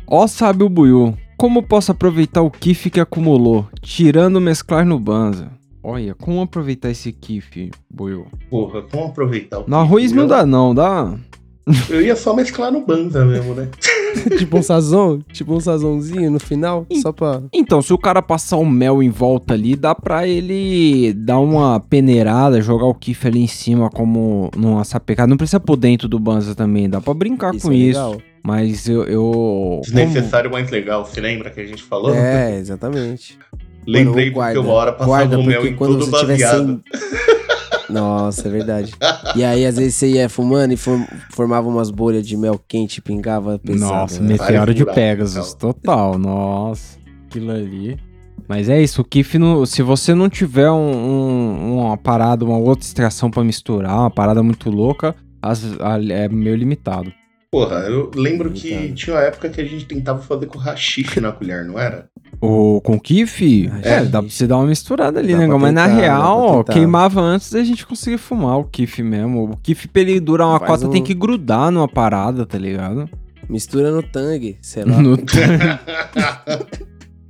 Speaker 2: Ó, sabe o Buiú. Como posso aproveitar o kiff que acumulou? Tirando mesclar no Banza. Olha, como aproveitar esse kiff, Buiú?
Speaker 1: Porra, como aproveitar o
Speaker 2: No arroz
Speaker 1: kiff,
Speaker 2: não
Speaker 1: eu-
Speaker 2: dá, não, dá?
Speaker 1: Eu ia só mesclar no Banza mesmo, né?
Speaker 3: tipo um sazon? Tipo um sazonzinho no final? Só pra.
Speaker 2: Então, se o cara passar um mel em volta ali, dá pra ele dar uma peneirada, jogar o kiff ali em cima como numa sapecada. Não precisa pôr dentro do Banza também, dá pra brincar com
Speaker 3: é
Speaker 2: isso.
Speaker 3: legal.
Speaker 2: Mas eu. eu
Speaker 1: Desnecessário, mas legal. Se lembra que a gente falou?
Speaker 3: É, exatamente.
Speaker 1: Lembrei
Speaker 3: Mano, guarda,
Speaker 1: porque uma hora passava
Speaker 3: guarda,
Speaker 1: o mel
Speaker 3: porque
Speaker 1: em
Speaker 3: quando
Speaker 1: tudo
Speaker 3: você tiver
Speaker 1: baseado.
Speaker 3: sem. Nossa, é verdade. E aí, às vezes, você ia fumando e form- formava umas bolhas de mel quente, pingava pesado.
Speaker 2: nossa,
Speaker 3: né?
Speaker 2: meteoro de
Speaker 1: Vários buracos,
Speaker 2: Pegasus, total, nossa, aquilo ali. Mas é isso, o Kif, não- se você não tiver um- um- uma parada, uma outra extração pra misturar, uma parada muito louca, as- a- é meio limitado.
Speaker 1: Porra, eu lembro
Speaker 3: Muito
Speaker 1: que
Speaker 3: caro.
Speaker 1: tinha uma época que a gente tentava fazer com rachixe na colher, não era?
Speaker 2: O, com o Kiff,
Speaker 3: Ah,
Speaker 2: é,
Speaker 3: gente.
Speaker 2: dá pra você dar uma misturada ali,
Speaker 3: Dá
Speaker 2: né?
Speaker 3: pra
Speaker 2: Mas na
Speaker 3: tentar,
Speaker 2: real,
Speaker 3: dá pra
Speaker 2: ó,
Speaker 3: tentar.
Speaker 2: queimava antes da gente conseguir fumar o Kiff mesmo. O Kiff, pra ele durar uma
Speaker 3: Faz
Speaker 2: cota,
Speaker 3: um-
Speaker 2: tem que grudar numa parada, tá ligado?
Speaker 3: Mistura no tangue, sei lá.
Speaker 2: No...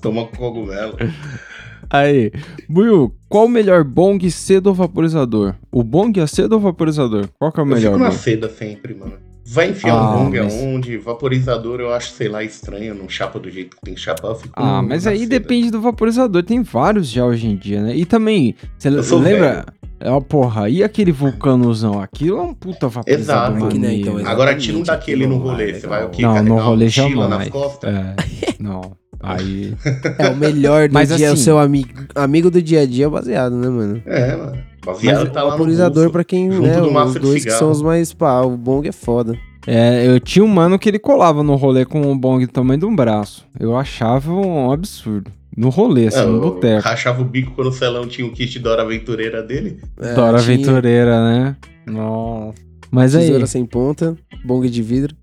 Speaker 1: Toma
Speaker 2: É
Speaker 1: cogumelo.
Speaker 2: Aí, Buiu, qual o melhor bong, cedo ou vaporizador? O bong é cedo ou vaporizador? Qual que é o
Speaker 1: Eu
Speaker 2: melhor?
Speaker 1: fico na
Speaker 2: Buiu?
Speaker 1: seda sempre, mano. Vai enfiar
Speaker 2: Ah,
Speaker 1: um bong
Speaker 2: mas-
Speaker 1: aonde, vaporizador eu acho, sei lá, estranho, não chapa do jeito que tem que chapar, eu fico
Speaker 2: Ah,
Speaker 1: no-
Speaker 2: mas
Speaker 1: na
Speaker 2: aí
Speaker 1: seda.
Speaker 2: depende do vaporizador. Tem vários já hoje em dia, né? E também, você
Speaker 1: Eu sou
Speaker 2: lembra? É uma porra, e aquele vulcanozão? Aquilo é um puta vaporizador.
Speaker 1: Exato.
Speaker 3: Aqui, né,
Speaker 2: maneiro.
Speaker 3: então,
Speaker 1: Agora tira um
Speaker 3: Exatamente,
Speaker 1: daquele no
Speaker 3: aquilo lá,
Speaker 1: rolê,
Speaker 3: legal.
Speaker 1: você vai o quê?
Speaker 2: Não,
Speaker 1: Carregar
Speaker 2: não
Speaker 1: uma
Speaker 2: rolê
Speaker 1: mochila nas
Speaker 2: jamais.
Speaker 1: costas?
Speaker 2: É, não. Aí.
Speaker 3: É o melhor do
Speaker 2: Mas
Speaker 3: dia,
Speaker 2: assim-
Speaker 3: o seu ami- amigo do dia a dia é baseado, né, mano?
Speaker 1: É, mano. Baseado
Speaker 3: Mas
Speaker 1: tá lá
Speaker 3: o
Speaker 1: no
Speaker 3: vaporizador
Speaker 1: bolso.
Speaker 3: pra quem,
Speaker 1: junto
Speaker 3: né,
Speaker 1: do maço
Speaker 3: os
Speaker 1: de
Speaker 3: dois que
Speaker 1: cigarro.
Speaker 3: são os mais, pá, o bong é foda.
Speaker 2: É, eu tinha um mano que ele colava no rolê com um bong do tamanho de um braço. Eu achava um absurdo. No rolê, assim,
Speaker 1: É,
Speaker 2: no
Speaker 1: eu
Speaker 2: boteco.
Speaker 1: Rachava o bico quando o Celão tinha o kit da hora aventureira dele.
Speaker 3: É,
Speaker 2: Dora
Speaker 3: tinha
Speaker 2: Aventureira, né? Nossa. Mas aí,
Speaker 3: Tesoura sem ponta, bong de vidro.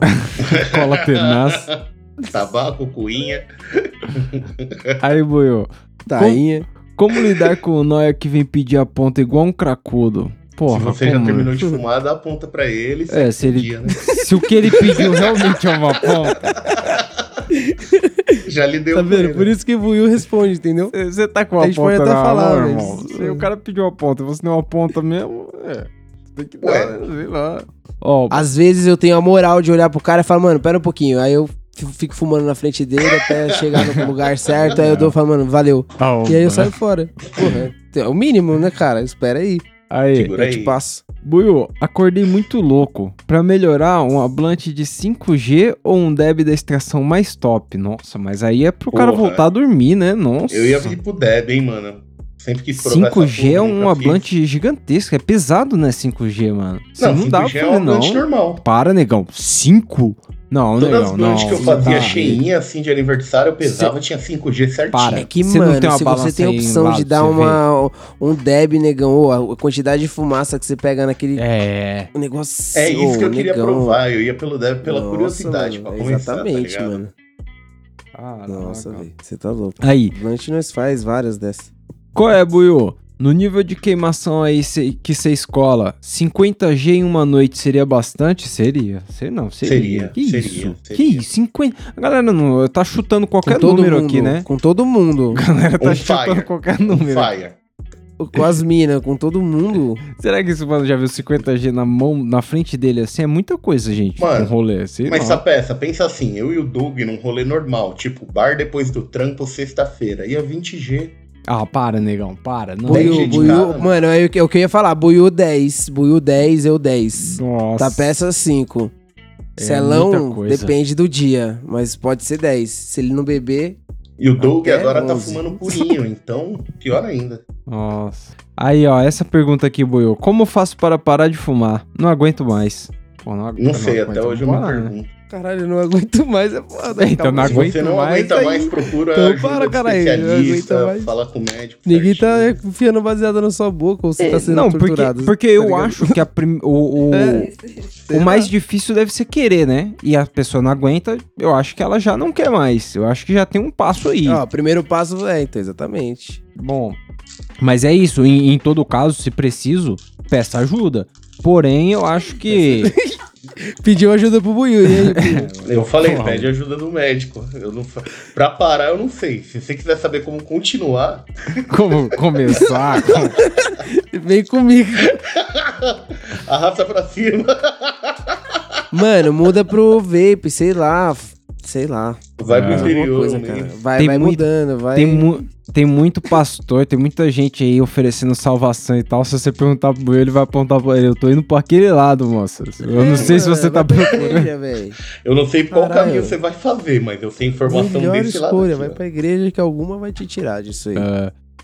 Speaker 2: cola tenaz.
Speaker 1: Tabaco, cuinha.
Speaker 2: Aí, boiô.
Speaker 3: Tainha.
Speaker 2: Como lidar com o Noia que vem pedir a ponta igual um cracudo? Porra,
Speaker 1: Se você já
Speaker 2: como?
Speaker 1: terminou de fumar, dá a ponta pra ele.
Speaker 2: É, se ele-
Speaker 1: dia, né?
Speaker 2: Se o que ele pediu realmente é uma ponta,
Speaker 1: Já lhe deu
Speaker 3: Tá
Speaker 1: com
Speaker 3: vendo?
Speaker 1: ele.
Speaker 3: Por isso que o Will responde, entendeu?
Speaker 2: você tá com
Speaker 3: A
Speaker 2: uma
Speaker 3: gente
Speaker 2: ponta
Speaker 3: pode
Speaker 2: na
Speaker 3: até
Speaker 2: mão,
Speaker 3: falar, mas-
Speaker 2: irmão. Se o cara pediu uma ponta e você não é uma ponta mesmo, é. Tem que dar,
Speaker 1: Ué.
Speaker 2: né? sei lá. Ah, Ó,
Speaker 3: Às vezes eu tenho a moral de olhar pro cara e falar, mano, pera um pouquinho. Aí eu f- fico fumando na frente dele até chegar no lugar certo. Aí eu dou e falo, mano, valeu.
Speaker 2: ah, ó, né?
Speaker 3: E aí eu saio fora. Porra, é o mínimo, né, cara? Espera aí.
Speaker 2: Aí,
Speaker 1: Segura
Speaker 3: Eu
Speaker 1: aí.
Speaker 3: te passo.
Speaker 2: Buiu, acordei muito louco. Pra melhorar, um ablante de 5G ou um deb da extração mais top? Nossa, mas aí é pro cara
Speaker 1: Porra.
Speaker 2: voltar a dormir, né? Nossa.
Speaker 1: Eu ia vir pro Deb, hein, mano. Sempre quis provar essa
Speaker 2: 5G é
Speaker 1: porra,
Speaker 2: um
Speaker 1: nunca
Speaker 2: ablante gigantesco. É pesado, né? 5G, mano.
Speaker 1: fiz.
Speaker 2: Você não, dá pra
Speaker 1: 5G é um
Speaker 2: fazer, não.
Speaker 1: ablante normal.
Speaker 2: Para, negão. 5? Não,
Speaker 1: Todas as
Speaker 2: negão, não.
Speaker 1: blunts que eu
Speaker 2: você
Speaker 1: fazia
Speaker 2: tá-
Speaker 1: cheinha, assim, de aniversário, eu pesava, tinha 5G certinho.
Speaker 2: Para.
Speaker 3: É que,
Speaker 2: Você não
Speaker 3: mano,
Speaker 2: tem uma
Speaker 3: se você tem
Speaker 2: balança
Speaker 3: a
Speaker 2: aí
Speaker 3: opção
Speaker 2: lá
Speaker 3: de
Speaker 2: pra
Speaker 3: dar
Speaker 2: você
Speaker 3: uma, um deb, negão, ou a quantidade de fumaça que você pega naquele
Speaker 2: É.
Speaker 3: negócio.
Speaker 1: É isso que eu
Speaker 3: ô,
Speaker 1: queria
Speaker 3: negão.
Speaker 1: provar. Eu ia pelo Deb pela
Speaker 3: Nossa,
Speaker 1: curiosidade,
Speaker 3: mano,
Speaker 1: pra começar,
Speaker 3: Exatamente,
Speaker 1: tá ligado?
Speaker 3: mano.
Speaker 2: Ah,
Speaker 3: Nossa, velho, você tá louco.
Speaker 2: Aí,
Speaker 3: Blunt nós faz várias dessas.
Speaker 2: Qual é, Buiu? No nível de queimação aí cê- que você escola, 50G em uma noite seria bastante? Seria. Sei não, seria.
Speaker 1: Seria,
Speaker 2: Que
Speaker 1: seria,
Speaker 2: isso?
Speaker 1: seria.
Speaker 2: Que isso? 50... A galera não, tá chutando qualquer
Speaker 3: com todo
Speaker 2: número
Speaker 3: mundo,
Speaker 2: aqui, né?
Speaker 3: Com todo mundo.
Speaker 2: A galera tá
Speaker 1: On
Speaker 2: chutando
Speaker 1: fire.
Speaker 2: qualquer número.
Speaker 1: Fire.
Speaker 3: com as minas, com todo mundo.
Speaker 2: Será que esse mano já viu 50G na mão, na frente dele assim? É muita coisa, gente.
Speaker 1: Mano,
Speaker 2: um rolê assim.
Speaker 1: Mas
Speaker 2: não.
Speaker 1: essa peça, pensa assim, eu e o Doug num rolê normal, tipo bar depois do trampo, sexta-feira, ia 20G.
Speaker 2: Ah, para, negão, para. Não.
Speaker 1: Tem
Speaker 3: Buiu,
Speaker 1: gente
Speaker 3: buiu.
Speaker 1: cara, né?
Speaker 3: mano, é o que- é o que eu ia falar. Buiu 10. Buiu 10, eu 10.
Speaker 2: Nossa.
Speaker 3: Tá peça 5.
Speaker 2: É
Speaker 3: Celão
Speaker 2: muita coisa.
Speaker 3: depende do dia, mas pode ser 10. Se ele não beber,
Speaker 1: E o Doug
Speaker 3: Até
Speaker 1: agora tá
Speaker 3: 11.
Speaker 1: fumando purinho, então pior ainda.
Speaker 2: Nossa. Aí, ó, essa pergunta aqui, Buiu. Como faço para parar de fumar? Não aguento mais. Pô, agu-
Speaker 1: Não sei, até
Speaker 2: aguento
Speaker 1: hoje eu não
Speaker 2: mais, né?
Speaker 1: pergunto.
Speaker 3: caralho, eu não aguento mais. É foda.
Speaker 2: É, então
Speaker 3: acabou.
Speaker 2: não
Speaker 1: Se
Speaker 2: aguento
Speaker 1: você não
Speaker 2: mais
Speaker 1: aguenta
Speaker 2: aí.
Speaker 1: mais, procura
Speaker 3: Então
Speaker 1: ajuda
Speaker 3: para,
Speaker 1: do
Speaker 3: caralho, eu não aguento
Speaker 1: especialista,
Speaker 3: mais.
Speaker 1: fala com o médico.
Speaker 3: Ninguém tá
Speaker 1: certinho. né?
Speaker 3: enfiando baseado na sua boca ou você tá sendo
Speaker 2: não, porque,
Speaker 3: torturado.
Speaker 2: porque
Speaker 3: tá
Speaker 2: eu
Speaker 3: ligado?
Speaker 2: acho que a prim- o, o,
Speaker 3: É. Sei
Speaker 2: o
Speaker 3: lá.
Speaker 2: mais difícil deve ser querer, né? E a pessoa não aguenta, eu acho que ela já não quer mais. Eu acho que já tem um passo aí.
Speaker 3: Ó, primeiro passo é, então, exatamente.
Speaker 2: Bom, mas é isso. Em, em todo caso, se preciso, peça ajuda. Porém, eu acho que.
Speaker 3: Pediu ajuda pro Buiu, e aí?
Speaker 1: Eu falei,
Speaker 2: Porra.
Speaker 1: pede ajuda do médico. Eu não fa- Pra parar, eu não sei. Se você quiser saber como continuar,
Speaker 2: como começar? como-
Speaker 3: Vem comigo.
Speaker 1: arrasta pra cima.
Speaker 3: Mano, muda pro vape, sei lá. f- Sei lá.
Speaker 1: Vai
Speaker 2: Ah.
Speaker 1: pro
Speaker 3: Alguma
Speaker 1: interior.
Speaker 3: É, coisa,
Speaker 1: né?
Speaker 3: cara. Vai,
Speaker 2: Tem
Speaker 3: vai
Speaker 2: muito-
Speaker 3: mudando, vai.
Speaker 2: Tem, mu- tem muito pastor, tem muita gente aí oferecendo salvação e tal. Se você perguntar pro Buiu, ele vai apontar pra ele. Eu tô indo pra aquele lado, moça. Eu não sei se você tá
Speaker 3: pra
Speaker 2: procurando.
Speaker 3: igreja, velho.
Speaker 1: Eu não sei qual
Speaker 3: Caralho.
Speaker 1: caminho você vai fazer, mas eu sei informação
Speaker 3: Melhor
Speaker 1: desse lado.
Speaker 3: escolha,
Speaker 1: aqui,
Speaker 3: vai
Speaker 1: ó.
Speaker 2: É.
Speaker 3: pra igreja que alguma vai te tirar disso aí.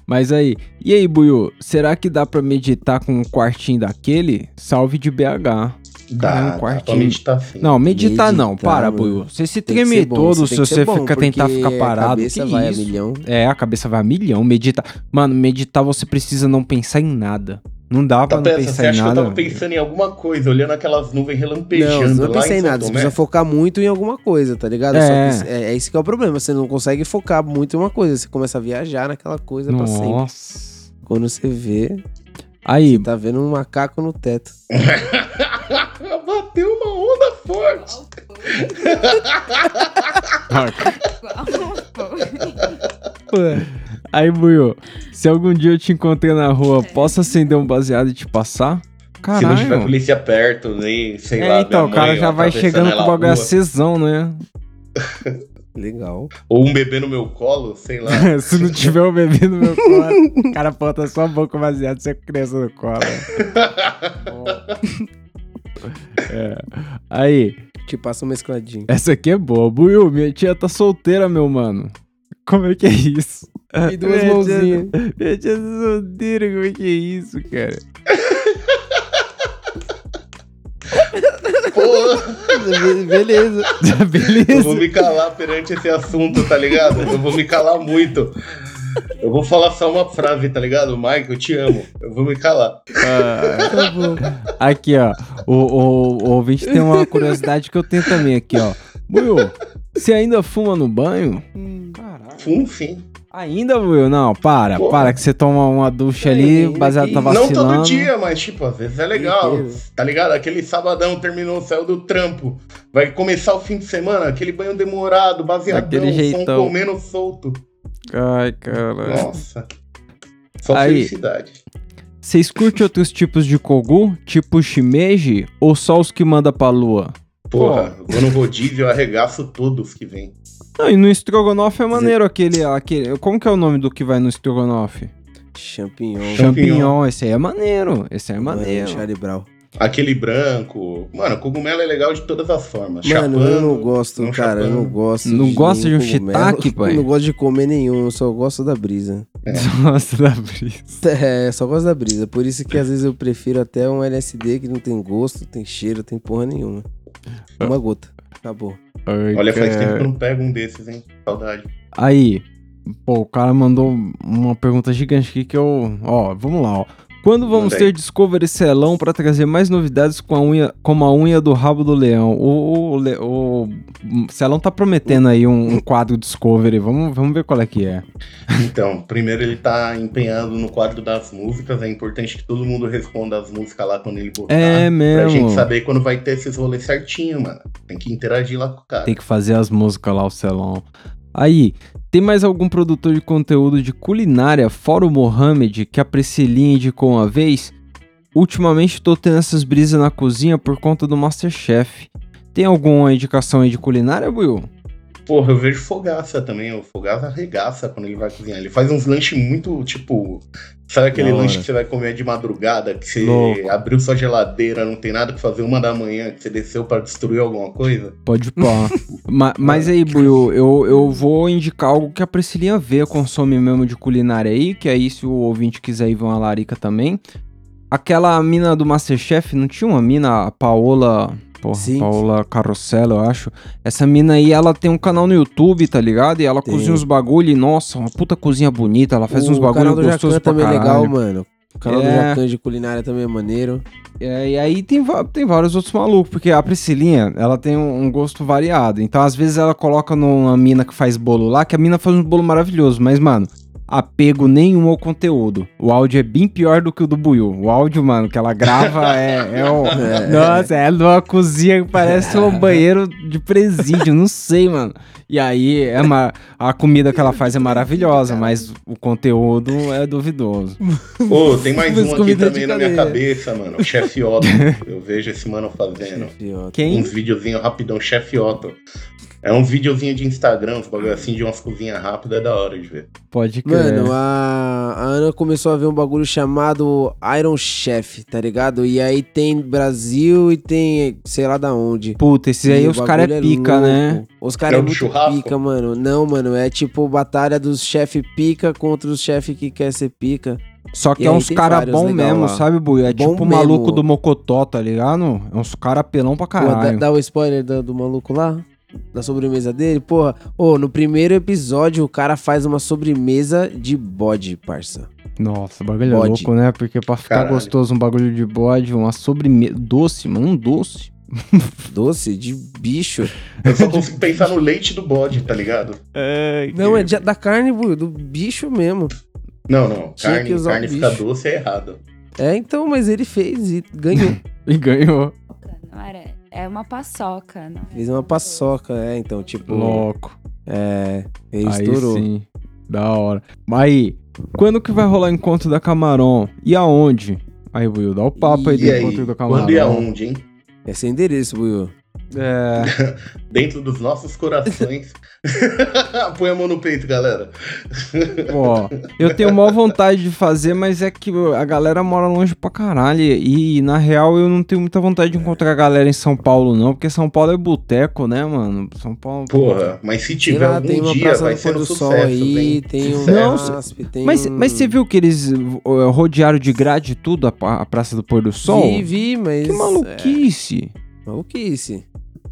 Speaker 2: Mas aí, e aí, Buiu? Será que dá pra meditar com um quartinho daquele? Salve de BH.
Speaker 1: Dá,
Speaker 2: um
Speaker 1: dá pra
Speaker 2: quartinho.
Speaker 1: meditar sim.
Speaker 2: Não, meditar não,
Speaker 3: Meditar,
Speaker 2: para,
Speaker 3: mano.
Speaker 2: Buiu. Você se
Speaker 3: Tem que
Speaker 2: treme
Speaker 3: ser bom,
Speaker 2: todo
Speaker 3: tem
Speaker 2: se
Speaker 3: que
Speaker 2: você
Speaker 3: ser bom,
Speaker 2: fica, tentar
Speaker 3: porque
Speaker 2: ficar
Speaker 3: A
Speaker 2: parado.
Speaker 3: cabeça
Speaker 2: Que
Speaker 3: vai
Speaker 2: isso?
Speaker 3: a milhão.
Speaker 2: É, a cabeça vai a milhão. Meditar. Mano, meditar você precisa não pensar em nada. Não dá pra
Speaker 1: Tá
Speaker 2: não
Speaker 1: pensa,
Speaker 2: pensar
Speaker 1: você
Speaker 2: em
Speaker 1: acha que eu
Speaker 2: nada.
Speaker 1: tava pensando em alguma coisa, olhando aquelas nuvens
Speaker 3: Não,
Speaker 1: relampejando
Speaker 3: você não
Speaker 1: lá
Speaker 3: pensa em nada, tipo, você
Speaker 1: São
Speaker 3: precisa
Speaker 1: Tomé?
Speaker 3: focar muito em alguma coisa, tá ligado?
Speaker 2: É.
Speaker 3: Só que é, é isso que é o problema, você não consegue focar muito em uma coisa, você começa a viajar naquela coisa pra sempre.
Speaker 2: Nossa.
Speaker 3: Quando você vê,
Speaker 2: Aí,
Speaker 3: tá vendo um macaco no teto.
Speaker 1: Bateu uma onda forte.
Speaker 2: aí, Buiu. Se algum dia eu te encontrei na rua, posso acender um baseado e te passar?
Speaker 1: Se não tiver
Speaker 2: Caralho.
Speaker 1: polícia perto, nem sei lá.
Speaker 2: É, então, o
Speaker 1: minha
Speaker 2: cara
Speaker 1: mãe
Speaker 2: já vai
Speaker 1: atravessando
Speaker 2: chegando
Speaker 1: ela
Speaker 2: com
Speaker 1: a
Speaker 2: o bagulho
Speaker 1: rua,
Speaker 2: acesão, né?
Speaker 3: Legal.
Speaker 1: Ou um bebê no meu colo, sei lá.
Speaker 2: Se não tiver um bebê no meu colo, o cara bota só a boca baseada e você é criança no colo. É. Aí,
Speaker 3: Te passa um mescladinho.
Speaker 2: essa aqui é boa. Buiu, minha tia tá solteira, meu mano. Como é que é isso?
Speaker 3: E duas
Speaker 2: Minha tia-
Speaker 3: mãozinhas.
Speaker 2: Minha tia tá solteira, como é que é isso, cara?
Speaker 1: Pô,
Speaker 3: Be- Beleza.
Speaker 1: eu
Speaker 2: Beleza.
Speaker 1: vou me calar perante esse assunto, tá ligado? Eu vou me calar muito. Eu vou falar só uma frase, tá ligado? Mike, eu te amo. Eu vou me calar.
Speaker 3: Tá bom.
Speaker 2: Aqui, ó. O, o, o ouvinte tem uma curiosidade que eu tenho também aqui, ó. Buiu, você ainda fuma no banho?
Speaker 3: Hum.
Speaker 2: Caralho.
Speaker 1: Fum, sim.
Speaker 2: Ainda, Will? Não, para,
Speaker 1: Pô.
Speaker 2: para, que você toma uma ducha ali,
Speaker 3: Ei,
Speaker 2: baseado na
Speaker 3: que-
Speaker 2: Tá vacilando.
Speaker 1: Não todo dia, mas, tipo, às vezes é legal.
Speaker 3: Inteiro.
Speaker 1: Tá ligado? Aquele sabadão terminou, saiu do trampo. Vai começar o fim de semana, aquele banho demorado, baseadão,
Speaker 2: Daquele
Speaker 1: som
Speaker 2: jeitão.
Speaker 1: comendo solto.
Speaker 2: Ai, cara.
Speaker 1: Nossa. Só
Speaker 2: Aí.
Speaker 1: felicidade.
Speaker 2: Vocês curtem outros tipos de kogu, tipo shimeji, ou só os que manda pra lua?
Speaker 1: Porra, vou no rodízio, eu arregaço todos que vem.
Speaker 2: Não, e no estrogonofe é maneiro aquele, aquele... Como que é o nome do que vai no estrogonofe?
Speaker 3: Champignon.
Speaker 1: Champignon.
Speaker 2: Champignon, esse aí é maneiro, esse aí é maneiro.
Speaker 3: Charlie Brown.
Speaker 1: Aquele branco. Mano, cogumelo é legal de todas as formas.
Speaker 3: Mano, eu não gosto,
Speaker 1: não
Speaker 3: cara. Eu
Speaker 1: chapando.
Speaker 3: não gosto.
Speaker 2: Não gosta
Speaker 3: nenhum
Speaker 2: de um
Speaker 3: cogumelo.
Speaker 2: shiitake, pai?
Speaker 3: Eu não gosto de comer nenhum, eu só gosto da brisa.
Speaker 2: Nossa, da brisa.
Speaker 3: É, só gosto da brisa. Por isso que às vezes eu prefiro até um LSD que não tem gosto, tem cheiro, tem porra nenhuma.
Speaker 2: É.
Speaker 3: Uma gota. Acabou.
Speaker 2: Ai,
Speaker 1: Olha, faz
Speaker 2: cara.
Speaker 1: tempo que eu não pego um desses, hein? Saudade.
Speaker 2: Aí, pô, o cara mandou uma pergunta gigante aqui que eu. Ó, vamos lá, ó. Quando vamos
Speaker 1: Manda aí.
Speaker 2: ter Discovery Celão pra trazer mais novidades com a unha, como a unha do rabo do leão? O, o, le- o Celão tá prometendo aí um, um quadro Discovery. Vamos, vamos ver qual é que é.
Speaker 1: Então, primeiro ele tá empenhado no quadro das músicas. É importante que todo mundo responda as músicas lá quando ele botar.
Speaker 2: É
Speaker 1: Tá. Pra gente
Speaker 2: mesmo.
Speaker 1: saber quando vai ter esses rolês certinho, mano. Tem que interagir lá com o cara.
Speaker 2: Tem que fazer as músicas lá, o Celão. Aí, tem mais algum produtor de conteúdo de culinária, fora o Mohamed, que a Priscilinha indicou uma vez? Ultimamente tô tendo essas brisas na cozinha por conta do Masterchef. Tem alguma indicação aí de culinária, Will?
Speaker 1: Porra, eu vejo Fogaça também. O Fogaça arregaça quando ele vai cozinhar. Ele faz uns lanches muito, tipo... Sabe aquele
Speaker 3: Da hora.
Speaker 1: lanche que você vai comer de madrugada? Que você
Speaker 2: Louco.
Speaker 1: abriu sua geladeira, não tem nada que fazer. Uma da manhã, que você desceu pra destruir alguma coisa?
Speaker 2: Pode pá. Ma- mas aí, Buiu, eu, eu vou indicar algo que a Priscilinha vê, consome mesmo de culinária aí, que aí se o ouvinte quiser ir ver uma larica também. Aquela mina do Masterchef, não tinha uma mina, a Paola... Porra,
Speaker 3: Sim.
Speaker 2: Paola Carosella, eu acho. Essa mina aí, ela tem um canal no YouTube, tá ligado? E ela
Speaker 3: Tem.
Speaker 2: cozinha uns bagulho e, nossa, uma puta cozinha bonita. Ela faz uns
Speaker 3: O canal
Speaker 2: bagulho
Speaker 3: do Jacan
Speaker 2: gostoso pra
Speaker 3: também é
Speaker 2: caralho.
Speaker 3: legal, mano. O canal do
Speaker 2: É.
Speaker 3: Jacan de culinária também é maneiro.
Speaker 2: É, e aí tem, va- tem vários outros malucos, porque a Priscilinha, ela tem um, um gosto variado. Então, às vezes, ela coloca numa mina que faz bolo lá, que a mina faz um bolo maravilhoso, mas, mano, apego nenhum ao conteúdo. O áudio é bem pior do que o do Buiu. O áudio, mano, que ela grava é, é o...
Speaker 3: É.
Speaker 2: Nossa, é numa cozinha que parece um banheiro de presídio, não sei, mano. E aí, é ma- a comida que ela faz é maravilhosa, mas o conteúdo é duvidoso.
Speaker 1: Ô, tem mais
Speaker 3: Mas
Speaker 1: um aqui
Speaker 3: comida de
Speaker 1: também na minha
Speaker 3: cadeia.
Speaker 1: cabeça, mano. O chefe Otto. Eu vejo esse mano fazendo.
Speaker 3: Idiota.
Speaker 2: Quem?
Speaker 1: Uns videozinhos rapidão, chefe Otto. É uns videozinhos de Instagram, uns bagulho assim de umas cozinhas rápidas, é da hora de ver.
Speaker 2: Pode crer. né?
Speaker 3: Mano, a, a Ana começou a ver um bagulho chamado Iron Chef, tá ligado? E aí tem Brasil e tem sei lá da onde.
Speaker 2: Puta, esses aí
Speaker 3: E o
Speaker 2: os caras
Speaker 3: bagulho
Speaker 2: é pica,
Speaker 3: louco.
Speaker 2: né?
Speaker 3: Os caras
Speaker 1: É
Speaker 3: é
Speaker 1: um
Speaker 3: muito
Speaker 1: churrasco?
Speaker 3: pica, mano. Não, mano, é tipo batalha dos chefe pica contra os chefe que quer ser pica.
Speaker 2: Só que
Speaker 3: E
Speaker 2: é
Speaker 3: aí
Speaker 2: uns
Speaker 3: tem
Speaker 2: caras
Speaker 3: vários
Speaker 2: bons
Speaker 3: legal
Speaker 2: mesmo,
Speaker 3: lá.
Speaker 2: sabe, Buio? É
Speaker 3: Bom
Speaker 2: tipo o maluco
Speaker 3: mesmo.
Speaker 2: do Mocotó, tá ligado? É uns caras pelão pra
Speaker 3: Pô, dá,
Speaker 2: caralho.
Speaker 3: dá o spoiler do, do maluco lá? Da sobremesa dele? Porra, ô, no primeiro episódio o cara faz uma sobremesa de bode, parça.
Speaker 2: Nossa, o bagulho é
Speaker 3: Bode.
Speaker 2: louco, né? Porque pra ficar
Speaker 1: Caralho.
Speaker 2: gostoso um bagulho de bode, uma sobremesa. Doce, mano, um doce.
Speaker 3: Doce de bicho.
Speaker 1: Eu só consigo pensar no leite do bode, tá ligado?
Speaker 3: Não, é de- da carne, bu, do bicho mesmo.
Speaker 1: Não, não.
Speaker 3: Tinha que
Speaker 1: Carne,
Speaker 3: usar o
Speaker 1: carne fica
Speaker 3: bicho.
Speaker 1: doce é errado.
Speaker 3: É, então, mas ele fez e ganhou.
Speaker 2: E ganhou.
Speaker 4: Paçoca, Não era? É uma paçoca. Não é?
Speaker 3: fez uma paçoca, é, então, tipo.
Speaker 2: Louco.
Speaker 3: É, ele
Speaker 2: Aí
Speaker 3: estourou.
Speaker 2: sim. Da hora. Mas aí, quando que vai rolar o encontro da Camarão? E aonde? Aí, Will, dá o papo aí do
Speaker 1: E aí,
Speaker 2: encontro da Camarão.
Speaker 3: né?
Speaker 1: quando e aonde, hein?
Speaker 3: É sem endereço, Buiu.
Speaker 2: É,
Speaker 1: Dentro dos nossos corações. Põe a mão no peito, galera.
Speaker 2: ó. Eu tenho maior vontade de fazer, mas é que a galera mora longe pra caralho. E, na real, eu não tenho muita vontade de encontrar a galera em São Paulo, não. Porque São Paulo é boteco, né, mano? São Paulo.
Speaker 1: Porra, mas se
Speaker 3: Sei
Speaker 1: tiver
Speaker 3: lá,
Speaker 1: algum dia, vai ser um
Speaker 3: do
Speaker 1: sucesso.
Speaker 3: Sol aí,
Speaker 1: hein?
Speaker 3: tem um
Speaker 1: Sucesso.
Speaker 3: MASP, tem
Speaker 2: Mas,
Speaker 3: um-
Speaker 2: mas você viu que eles eh, rodearam de grade tudo a, pa- a Praça do Pôr do Sol?
Speaker 3: Vi, vi, mas...
Speaker 2: Que maluquice!
Speaker 3: É, maluquice.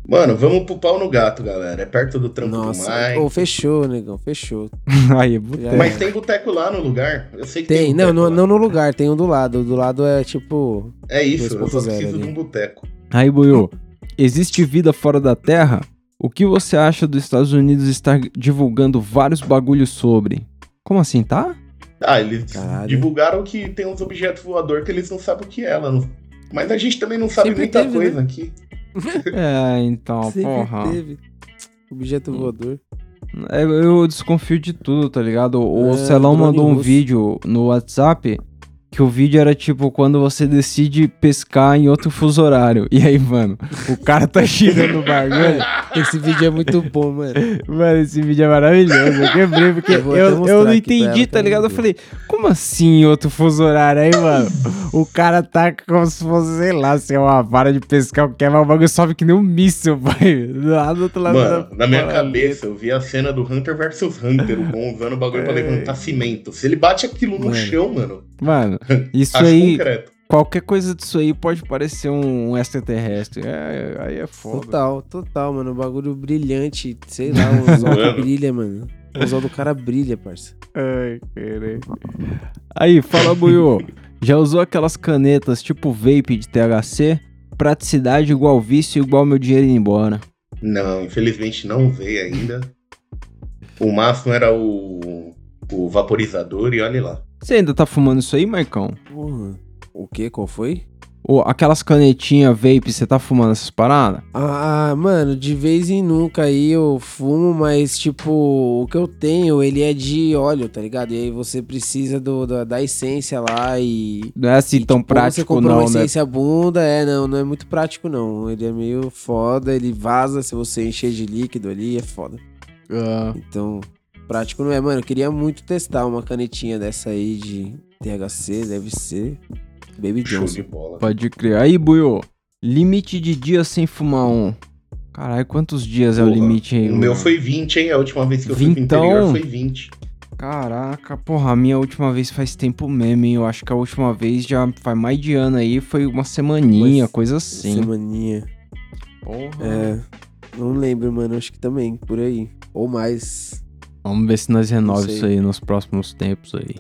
Speaker 1: Mano, vamos pro pau no gato, galera. É perto do trampo do
Speaker 3: Nossa,
Speaker 1: Mike.
Speaker 3: ô, fechou, negão, fechou.
Speaker 2: Aí, é boteco.
Speaker 1: Mas tem boteco lá no lugar? Eu sei que tem.
Speaker 3: Tem, não,
Speaker 1: boteco lá.
Speaker 3: não, não no lugar, tem um do lado. O do lado é tipo...
Speaker 1: É isso, eu só
Speaker 3: 2.0
Speaker 1: preciso
Speaker 3: ali.
Speaker 1: de um boteco.
Speaker 2: Aí, Buiu, existe vida fora da Terra? O que você acha dos Estados Unidos estar divulgando vários bagulhos sobre? Como assim, tá?
Speaker 1: Ah, eles
Speaker 3: Caralho.
Speaker 1: divulgaram que tem uns objetos voadores que eles não sabem o que é lá. no- Mas a gente também não sabe
Speaker 3: Sempre
Speaker 1: muita
Speaker 3: teve, né?
Speaker 1: coisa aqui.
Speaker 2: É, então,
Speaker 3: sempre
Speaker 2: porra.
Speaker 3: teve. Objeto
Speaker 1: Hum.
Speaker 3: voador.
Speaker 2: É, Eu desconfio de tudo, tá ligado? O
Speaker 3: É,
Speaker 2: Celão
Speaker 3: drone
Speaker 2: mandou um
Speaker 3: russo.
Speaker 2: vídeo no WhatsApp que o vídeo era tipo quando você decide pescar em outro fuso horário. E aí, mano, o cara tá girando o bagulho.
Speaker 3: Esse vídeo é muito bom, mano.
Speaker 2: Mano, esse vídeo é maravilhoso. Eu quebrei, porque
Speaker 3: Eu
Speaker 2: eu,
Speaker 3: vou até
Speaker 2: eu,
Speaker 3: mostrar
Speaker 2: não
Speaker 3: aqui pra ela,
Speaker 2: entendi,
Speaker 3: que é
Speaker 2: tá
Speaker 3: ela
Speaker 2: ligado?
Speaker 3: não
Speaker 2: Eu falei, como assim outro fuso horário aí, mano? O cara tá como se fosse, sei lá, se é uma vara de pescar, o que é, mas o bagulho sobe que nem um míssil, pai. Lá do outro lado
Speaker 1: Mano,
Speaker 2: da-
Speaker 1: na minha
Speaker 2: da-
Speaker 1: cabeça, eu vi a cena do Hunter versus Hunter, o bom usando o bagulho pra levantar cimento. Se ele bate aquilo
Speaker 2: É.
Speaker 1: no
Speaker 2: Mano.
Speaker 1: chão, mano,
Speaker 2: Mano, isso
Speaker 1: acho um
Speaker 2: aí,
Speaker 1: concreto.
Speaker 2: qualquer coisa disso aí pode parecer um, um extraterrestre. É, aí é foda.
Speaker 3: Total, total, mano. O bagulho brilhante, sei lá, o anzol
Speaker 1: Mano.
Speaker 3: que brilha, mano. O anzol do cara brilha, parça.
Speaker 2: Ai, caralho. Aí, fala, Buiu. Já usou aquelas canetas tipo vape de THC? Praticidade igual vício, igual meu dinheiro indo embora.
Speaker 1: Não, infelizmente não usei ainda. O máximo era o, o vaporizador e olha lá.
Speaker 2: Você ainda tá fumando isso aí, Marcão?
Speaker 3: Porra. O quê? Qual foi?
Speaker 2: Ou aquelas canetinhas vape, você tá fumando essas paradas?
Speaker 3: Ah, mano, de vez em nunca aí eu fumo, mas tipo, o que eu tenho, ele é de óleo, tá ligado? E aí você precisa do, da, da essência lá e.
Speaker 2: Não é assim
Speaker 3: e,
Speaker 2: tão
Speaker 3: tipo, você
Speaker 2: prático,
Speaker 3: comprou uma
Speaker 2: não, né?
Speaker 3: essência bunda, é, não, não é muito prático não. Ele é meio foda, ele vaza se você encher de líquido ali, é foda.
Speaker 2: Ah,
Speaker 3: Então, prático não é, mano. Eu queria muito testar uma canetinha dessa aí de THC, deve ser. Baby
Speaker 1: Show de
Speaker 3: Johnson.
Speaker 1: bola.
Speaker 2: pode crer. Aí, Buiu, limite de dias sem fumar um. Caralho, quantos dias é o
Speaker 1: Porra,
Speaker 2: limite aí?
Speaker 1: O meu
Speaker 2: mano?
Speaker 1: foi 20, hein? A última vez que eu fui pro
Speaker 2: Vintão.
Speaker 1: interior foi 20.
Speaker 2: Caraca, porra, a minha última vez faz tempo mesmo, hein? Eu acho que a última vez já faz mais de ano aí, foi uma semaninha,
Speaker 3: Mas-
Speaker 2: coisa assim.
Speaker 3: Semaninha.
Speaker 2: Porra.
Speaker 3: É. Não lembro, mano. Acho que também, por aí. Ou mais.
Speaker 2: Vamos ver se nós renova
Speaker 3: Não
Speaker 2: isso
Speaker 3: sei.
Speaker 2: aí nos próximos tempos aí.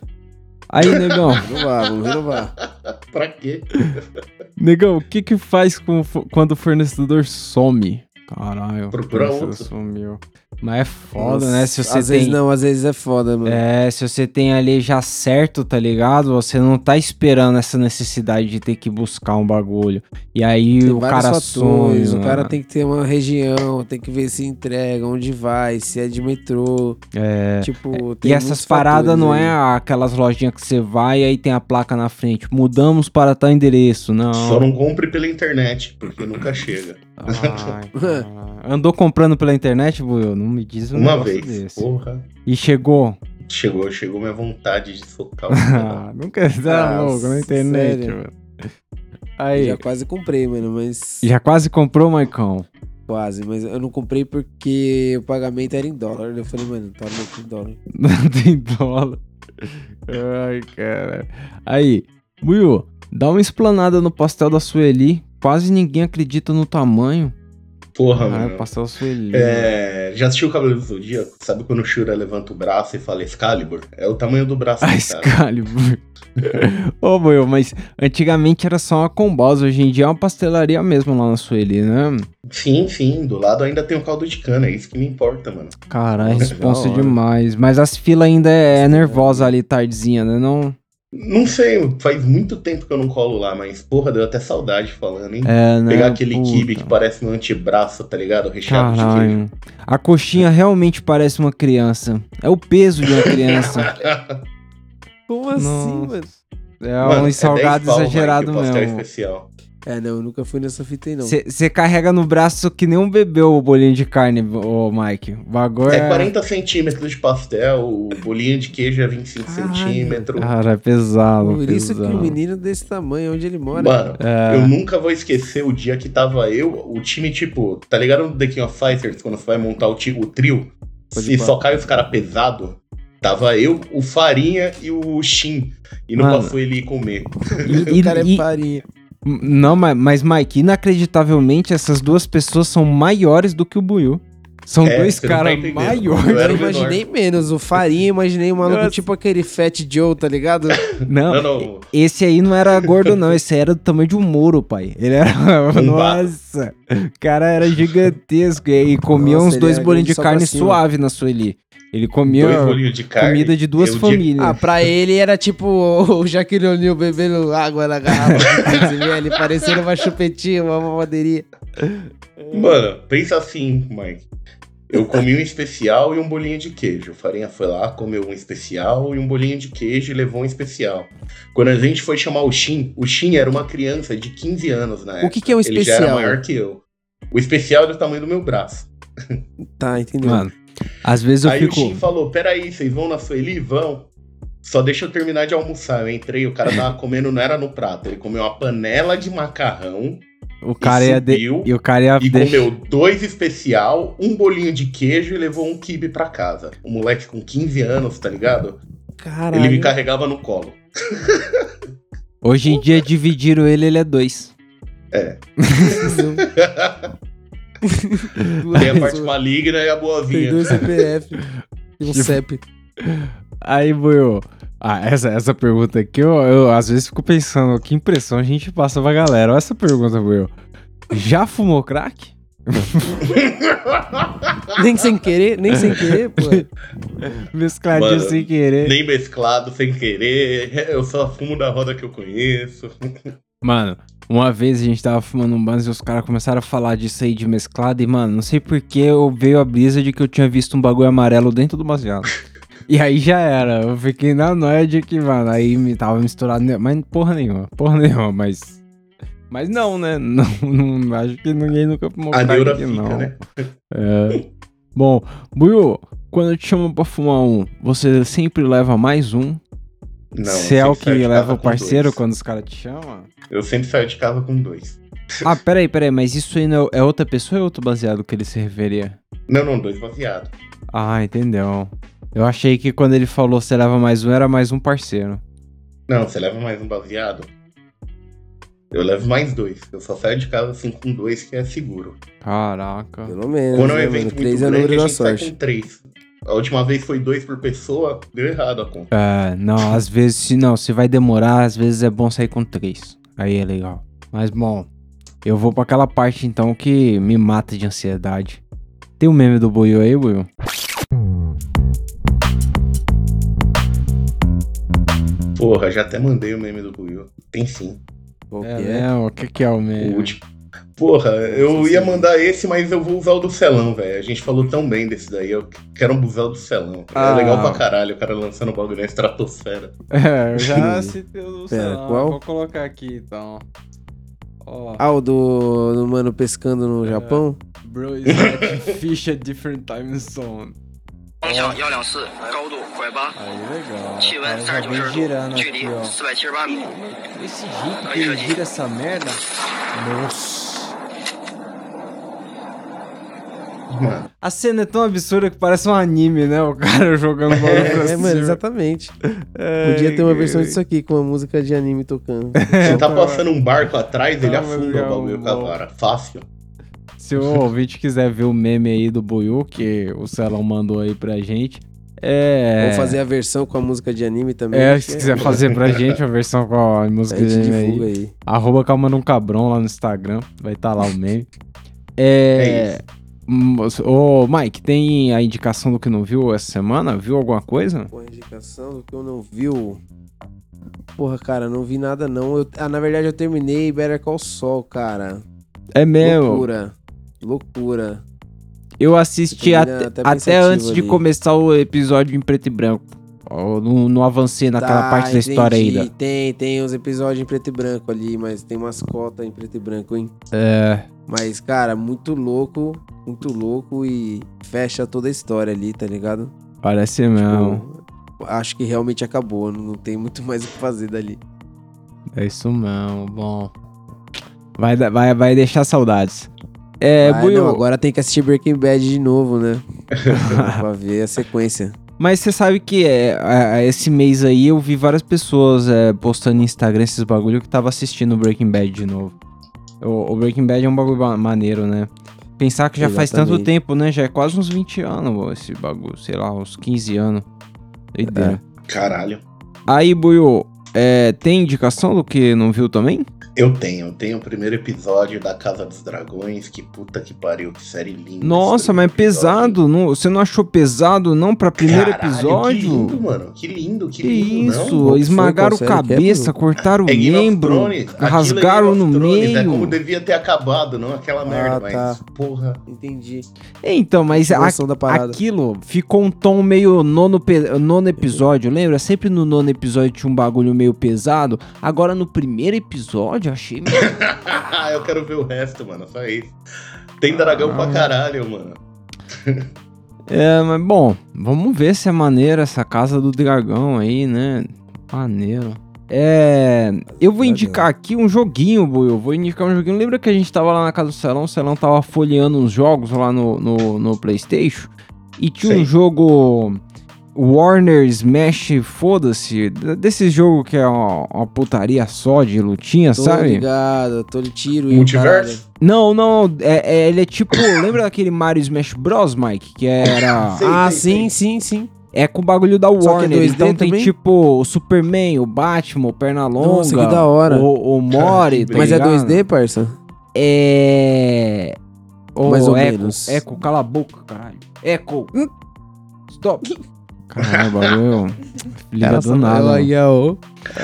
Speaker 2: Aí, negão,
Speaker 3: Renovar, vamos renovar.
Speaker 1: Pra quê?
Speaker 2: negão, o que que faz com, o fo- quando o fornecedor some? Caralho,
Speaker 1: Procura
Speaker 2: o fornecedor
Speaker 1: outro.
Speaker 2: sumiu. Mas é foda,
Speaker 3: Nossa,
Speaker 2: né? Se você
Speaker 3: às
Speaker 2: tem...
Speaker 3: vezes não, às vezes é foda, mano.
Speaker 2: É, se você tem ali já certo, tá ligado? Você não tá esperando essa necessidade de ter que buscar um bagulho. E aí
Speaker 3: Tem
Speaker 2: o
Speaker 3: vários
Speaker 2: cara né? some.
Speaker 3: fatores, o cara
Speaker 2: mano.
Speaker 3: tem que ter uma região, tem que ver se entrega, onde vai, se é de metrô.
Speaker 2: É.
Speaker 3: Tipo, tem
Speaker 2: E essas
Speaker 3: muitos
Speaker 2: paradas
Speaker 3: fatores
Speaker 2: não
Speaker 3: aí.
Speaker 2: é aquelas lojinhas que você vai e aí tem a placa na frente. Mudamos para tal endereço, não.
Speaker 1: Só um- não compre pela internet, porque nunca chega.
Speaker 2: Ai, cara. Andou comprando pela internet, Buiu? Não me diz um
Speaker 1: Uma
Speaker 2: negócio
Speaker 1: vez.
Speaker 2: desse.
Speaker 1: Porra.
Speaker 2: E chegou.
Speaker 1: Chegou, chegou minha vontade de socar o
Speaker 2: Ah, nunca você era
Speaker 3: Ah,
Speaker 2: louco na internet,
Speaker 3: sério?
Speaker 2: mano. Aí,
Speaker 3: Já
Speaker 2: já,
Speaker 3: quase comprei, mano, mas.
Speaker 2: quase comprou, Maicon?
Speaker 3: Quase, mas eu não comprei porque o pagamento era em dólar. Eu falei, mano, tá louco em dólar.
Speaker 2: Não tem dólar. Ai, cara. Aí, Will, dá uma esplanada no pastel da Sueli. Quase ninguém acredita no tamanho.
Speaker 1: Porra,
Speaker 2: Ah,
Speaker 1: mano.
Speaker 2: o pastel da Sueli. Hum.
Speaker 1: É, já assistiu o Cabelo do Zodíaco? Sabe quando o Shura levanta o braço e fala Excalibur? É o tamanho do braço
Speaker 2: A
Speaker 1: do cara.
Speaker 2: Ah, Excalibur. Ô, Will, mas antigamente era só uma combosa. Hoje em dia é uma pastelaria mesmo lá na Sueli, né?
Speaker 1: Sim, sim, do lado ainda tem o caldo de cana, é isso que me importa, mano.
Speaker 2: Caralho,
Speaker 3: Nossa,
Speaker 2: responsa
Speaker 3: da hora.
Speaker 2: demais. Mas as filas ainda é, é nervosa ali, tardezinha, né? Não...
Speaker 1: Não sei, faz muito tempo que eu não colo lá, mas porra, deu até saudade falando, hein?
Speaker 2: É, né?
Speaker 1: Pegar aquele
Speaker 2: Puta.
Speaker 1: kibe que parece um antebraço, tá ligado? Recheado de queijo.
Speaker 2: Caralho. A coxinha realmente parece uma criança. É o peso de uma criança.
Speaker 3: Como assim,
Speaker 2: Nossa.
Speaker 3: mano?
Speaker 2: É
Speaker 1: Mano,
Speaker 2: um
Speaker 1: 10
Speaker 2: salgado
Speaker 1: pau, vai, que
Speaker 2: exagerado
Speaker 1: o pastel é
Speaker 2: mesmo.
Speaker 1: especial.
Speaker 3: É, não, eu nunca fui nessa fita aí, não.
Speaker 2: Você carrega no braço que nem um bebê o bolinho de carne, ô Mike. O bagulho
Speaker 1: É
Speaker 2: é.
Speaker 1: 40 centímetros de pastel, o bolinho de queijo é 25
Speaker 3: Caralho,
Speaker 1: centímetros.
Speaker 2: Cara, é pesado.
Speaker 3: Por isso que
Speaker 2: pesado.
Speaker 3: um menino desse tamanho, onde ele mora.
Speaker 1: Mano,
Speaker 2: É.
Speaker 1: eu nunca vou esquecer o dia que tava eu, o time, tipo, tá ligado no The King of Fighters, quando você vai montar o, ti- o trio,
Speaker 3: Pode
Speaker 1: e
Speaker 3: pá.
Speaker 1: só cai os caras pesados? Tava eu, o Farinha e o Shin. E não
Speaker 2: Mano.
Speaker 1: passou ele ir comer.
Speaker 2: E-
Speaker 3: o cara
Speaker 2: e-
Speaker 3: é farinha.
Speaker 2: Não, ma- mas, Mike, inacreditavelmente essas duas pessoas são maiores do que o Buiu. São
Speaker 1: É,
Speaker 2: dois
Speaker 1: você não tá
Speaker 2: caras
Speaker 1: entendendo.
Speaker 2: maiores.
Speaker 1: Eu
Speaker 3: Eu,
Speaker 1: era o menor.
Speaker 3: imaginei menos o farinha, imaginei um maluco
Speaker 2: Nossa.
Speaker 3: tipo aquele Fat Joe, tá ligado?
Speaker 2: Não,
Speaker 1: Não, não.
Speaker 2: Esse aí não era gordo, não. Esse aí era do tamanho de um muro, pai. Ele era.
Speaker 1: Um
Speaker 2: Nossa! O cara era gigantesco. E, e comia
Speaker 3: Nossa,
Speaker 2: uns
Speaker 3: ele
Speaker 2: dois
Speaker 3: era
Speaker 2: bolinhos de
Speaker 3: grande só pra
Speaker 2: carne
Speaker 3: cima.
Speaker 2: suave na Sueli. Ele
Speaker 1: Dois
Speaker 2: comia
Speaker 1: bolinhos de carne. é
Speaker 2: comida de duas
Speaker 1: eu digo-
Speaker 2: famílias.
Speaker 3: Ah, pra ele era tipo o Jaqueline O'Neal bebendo água na garrafa de 500ml, parecendo uma chupetinha, uma mamadeirinha.
Speaker 1: Mano, pensa assim, Mike. Eu comi um especial e um bolinho de queijo. O Farinha foi lá, comeu um especial e um bolinho de queijo e levou um especial. Quando a gente foi chamar o Shin, o Shin era uma criança de 15 anos na época.
Speaker 3: O que que é um
Speaker 1: Ele já era
Speaker 3: especial?
Speaker 1: maior que eu. O especial era do tamanho do meu braço.
Speaker 3: Tá, entendeu?
Speaker 2: Mano, às vezes eu
Speaker 1: aí o Shin
Speaker 2: fico.
Speaker 1: falou: Peraí, vocês vão na Sueli? Vão. Só deixa eu terminar de almoçar. Eu entrei, o cara tava comendo, não era no prato. Ele comeu uma panela de macarrão
Speaker 2: O cara ia. de-
Speaker 1: subiu,
Speaker 2: E o cara ia.
Speaker 1: e
Speaker 2: deixar-
Speaker 1: comeu dois especial, um bolinho de queijo e levou um kibe pra casa. O moleque com 15 anos, tá ligado?
Speaker 3: Caralho.
Speaker 1: Ele me carregava no colo.
Speaker 2: Hoje em dia dividiram ele, ele é dois.
Speaker 3: Duas
Speaker 1: Tem a parte
Speaker 3: pessoas.
Speaker 1: maligna e a
Speaker 3: Tem
Speaker 1: boazinha.
Speaker 3: dois CPF e
Speaker 1: Tipo,
Speaker 3: um CEP.
Speaker 2: Aí, Buiu. Ah, essa, essa pergunta aqui, eu, eu às vezes fico pensando, que impressão a gente passa pra galera. Olha essa pergunta, Buiu. Já fumou crack?
Speaker 3: Nem sem querer, nem sem querer, pô.
Speaker 2: Mescladinho
Speaker 1: Mano,
Speaker 2: sem querer.
Speaker 1: Nem mesclado, sem querer. Eu só fumo da roda que eu conheço.
Speaker 2: Mano, uma vez a gente tava fumando um banzo e os caras começaram a falar disso aí de mesclado. E, mano, não sei por que eu veio a brisa de que eu tinha visto um bagulho amarelo dentro do baseado. e aí já era. Eu fiquei na noia de que, mano, aí me tava misturado. ne- Mas porra nenhuma, porra nenhuma, mas. Mas não, né? Não, não acho que ninguém nunca fumou
Speaker 1: A
Speaker 2: crack
Speaker 1: neura
Speaker 2: aqui,
Speaker 1: fica, né?
Speaker 2: É. Bom, Buiu, quando eu te chamo pra fumar um, você sempre leva mais um? Se é
Speaker 1: eu
Speaker 2: o
Speaker 1: sempre
Speaker 2: que
Speaker 1: saio de
Speaker 2: leva
Speaker 1: casa
Speaker 2: o
Speaker 1: com
Speaker 2: parceiro
Speaker 1: dois.
Speaker 2: quando os caras te chamam?
Speaker 1: Eu sempre saio de casa com dois.
Speaker 2: Ah, peraí, peraí, mas isso aí não é é outra pessoa ou é outro baseado que ele se referia?
Speaker 1: Não, não, dois baseados.
Speaker 2: Ah, entendeu. Eu achei que quando ele falou você leva mais um, era mais um parceiro.
Speaker 1: Não, você leva mais um baseado? Eu levo mais dois. Eu só saio de casa assim com dois, que é seguro.
Speaker 2: Caraca.
Speaker 3: Pelo menos,
Speaker 1: Quando é um
Speaker 3: né,
Speaker 1: evento muito
Speaker 3: mano? Três é o
Speaker 1: grande,
Speaker 3: número
Speaker 1: a
Speaker 3: da
Speaker 1: gente sai
Speaker 3: sorte.
Speaker 1: com três. A última vez foi dois por pessoa, deu errado a conta.
Speaker 2: É, não, às vezes, se não, se vai demorar, às vezes é bom sair com três. Aí é legal. Mas bom, eu vou pra aquela parte então que me mata de ansiedade. Tem um meme do Buiu aí, Buiu? É.
Speaker 1: Porra, já até mandei o meme do Buiu. Tem sim.
Speaker 3: Qual que
Speaker 2: É,
Speaker 3: é?
Speaker 2: né? O que, que é o meme?
Speaker 1: O último. Porra, eu ia mandar esse, mas eu vou usar o do Celão, velho. A gente falou tão bem desse daí, eu quero abusar do Celão.
Speaker 2: Ah.
Speaker 1: É legal pra caralho, o cara lançando o bagulho na estratosfera.
Speaker 2: É, eu já
Speaker 3: já
Speaker 2: citei o
Speaker 3: sei Pera, lá, qual?
Speaker 2: Vou
Speaker 3: vou
Speaker 2: colocar aqui então. Ó.
Speaker 3: Ah, o do, do
Speaker 1: É.
Speaker 3: mano pescando no Japão?
Speaker 2: Bro is at fish a different time zone.
Speaker 5: 方向幺两四，高度拐八，
Speaker 6: Aí legal.
Speaker 5: 气
Speaker 6: Cara,
Speaker 5: 温
Speaker 6: já
Speaker 5: 三十九
Speaker 6: vem
Speaker 5: 摄氏
Speaker 6: girando
Speaker 5: 度，距
Speaker 6: aqui,
Speaker 5: 离
Speaker 2: 嗯
Speaker 6: ó.
Speaker 5: 四百七十八米。
Speaker 6: Esse jeito que ele gira essa merda. Nossa.
Speaker 1: Mano,
Speaker 2: A cena é tão absurda que parece um anime, né? O cara jogando bola assim. pra
Speaker 3: É,
Speaker 2: cima.
Speaker 3: mano, exatamente.
Speaker 2: É,
Speaker 3: Podia ter uma versão disso aqui com uma música de anime tocando. Então,
Speaker 1: você tá passando um barco atrás, ele
Speaker 2: Tá
Speaker 1: afunda
Speaker 2: legal,
Speaker 1: o bagulho com a
Speaker 2: bom.
Speaker 1: vara. Fácil.
Speaker 2: Se o ouvinte quiser ver o meme aí do Buiu, que o Celão mandou aí pra gente, é...
Speaker 3: Vou fazer a versão com a música de anime também.
Speaker 2: É,
Speaker 3: acho
Speaker 2: se
Speaker 3: que
Speaker 2: quiser fazer pra gente a versão com a
Speaker 3: é.
Speaker 2: música
Speaker 3: A gente
Speaker 2: dele aí,
Speaker 3: divulga aí.
Speaker 2: Arroba Calma Num Cabrão lá no Instagram. Vai estar lá o meme. É...
Speaker 1: É
Speaker 2: hum, Ô, Mike, tem a indicação do que não viu essa semana? Viu alguma coisa?
Speaker 3: Porra, indicação do que eu não vi. o- Porra, cara, não vi nada não. Eu- Ah, na verdade eu terminei Better Call Sol, cara.
Speaker 2: É mesmo.
Speaker 3: Loucura. Loucura.
Speaker 2: Eu assisti
Speaker 3: Termina
Speaker 2: até,
Speaker 3: até
Speaker 2: até
Speaker 3: pensativo
Speaker 2: antes de
Speaker 3: ali.
Speaker 2: começar o episódio em preto e branco. Eu não, não avancei naquela
Speaker 3: Tá,
Speaker 2: parte da história
Speaker 3: entendi.
Speaker 2: ainda.
Speaker 3: Tem, tem uns episódios em preto e branco ali, mas tem umas cotas em preto e branco, hein?
Speaker 2: É,
Speaker 3: Mas, cara, muito louco, muito louco e fecha toda a história ali, tá ligado?
Speaker 2: parece mesmo.
Speaker 3: Tipo, acho que realmente acabou, não tem muito mais o que fazer dali. Tipo,
Speaker 2: É isso mesmo. Bom. Vai, da- vai, vai deixar saudades. É,
Speaker 3: Ah,
Speaker 2: Buiu,
Speaker 3: não, agora tem que assistir Breaking Bad de novo, né? pra ver a sequência.
Speaker 2: Mas você sabe que é, a- a- esse mês aí eu vi várias pessoas é, postando no Instagram esses bagulho que tava assistindo o Breaking Bad de novo. O, o Breaking Bad é um bagulho ba- maneiro, né? Pensar que já faz tanto
Speaker 3: Exatamente.
Speaker 2: tempo, né? Já é quase uns 20 anos esse bagulho, sei lá, uns 15 anos. Doideira.
Speaker 1: É. Caralho.
Speaker 2: Aí, Buiu, é, tem indicação do que não viu também?
Speaker 1: Eu tenho, eu tenho o primeiro episódio da Casa dos Dragões, que puta que pariu, que série linda.
Speaker 2: Nossa,
Speaker 1: Esse
Speaker 2: mas é
Speaker 1: primeiro episódio.
Speaker 2: pesado. não- você não achou pesado não pra primeiro
Speaker 1: Caralho,
Speaker 2: episódio?
Speaker 1: Que lindo, mano. Que lindo, que,
Speaker 2: Que
Speaker 1: lindo.
Speaker 2: isso?
Speaker 1: Não.
Speaker 3: Qual
Speaker 2: Esmagaram
Speaker 3: foi? Qual série que é,
Speaker 2: cabeça, cortaram o
Speaker 1: É Game of
Speaker 2: membro,
Speaker 1: Thrones. Aquilo é
Speaker 2: rasgaram
Speaker 1: Game
Speaker 2: no
Speaker 1: of Thrones, É como
Speaker 2: meio. Ah,
Speaker 1: devia ter acabado, não aquela merda, mas
Speaker 3: tá.
Speaker 1: porra.
Speaker 3: Entendi.
Speaker 2: Então, mas a-
Speaker 3: Noção da parada.
Speaker 2: aquilo ficou um tom meio nono, pe- nono episódio, lembra? Sempre no nono episódio tinha um bagulho meio pesado. Agora no primeiro episódio eu achei meio...
Speaker 1: eu quero ver o resto, mano, só isso. Tem dragão
Speaker 2: Ah.
Speaker 1: pra caralho, mano.
Speaker 2: é, mas bom, vamos ver se é maneiro essa casa do dragão aí, né? Maneiro. É, eu vou indicar aqui um joguinho, Boi. Eu vou indicar um joguinho. Lembra que a gente tava lá na casa do Celão? O Celão tava folheando uns jogos lá no, no, no PlayStation. E tinha um
Speaker 1: Sim.
Speaker 2: jogo Warner Smash, foda-se. d- Desse jogo que é uma, uma putaria só de lutinha,
Speaker 3: Tô
Speaker 2: sabe?
Speaker 3: ligado, tô de tiro e o
Speaker 1: Multiverso?
Speaker 2: Não, não. É, é- ele é tipo. lembra daquele Mario Smash Bros, Mike? Que era.
Speaker 1: Sei,
Speaker 3: caralho. Ah,
Speaker 1: sei, sei.
Speaker 3: sim, sim, sim.
Speaker 2: É com o bagulho da
Speaker 3: que é
Speaker 2: Warner.
Speaker 3: 2D
Speaker 2: então tem
Speaker 3: também?
Speaker 2: tipo o Superman, o Batman, o Pernalonga.
Speaker 3: Nossa, que da hora.
Speaker 2: O, o Mori. tá
Speaker 3: Mas é
Speaker 2: ligado?
Speaker 3: 2D, parça?
Speaker 2: É. Ô,
Speaker 3: Mais ou
Speaker 2: Echo,
Speaker 3: menos. Hum.
Speaker 2: Echo, cala a boca, caralho. Echo. Stop. Caramba, meu. Liga do nada. mano. Mas,
Speaker 3: um
Speaker 1: Eu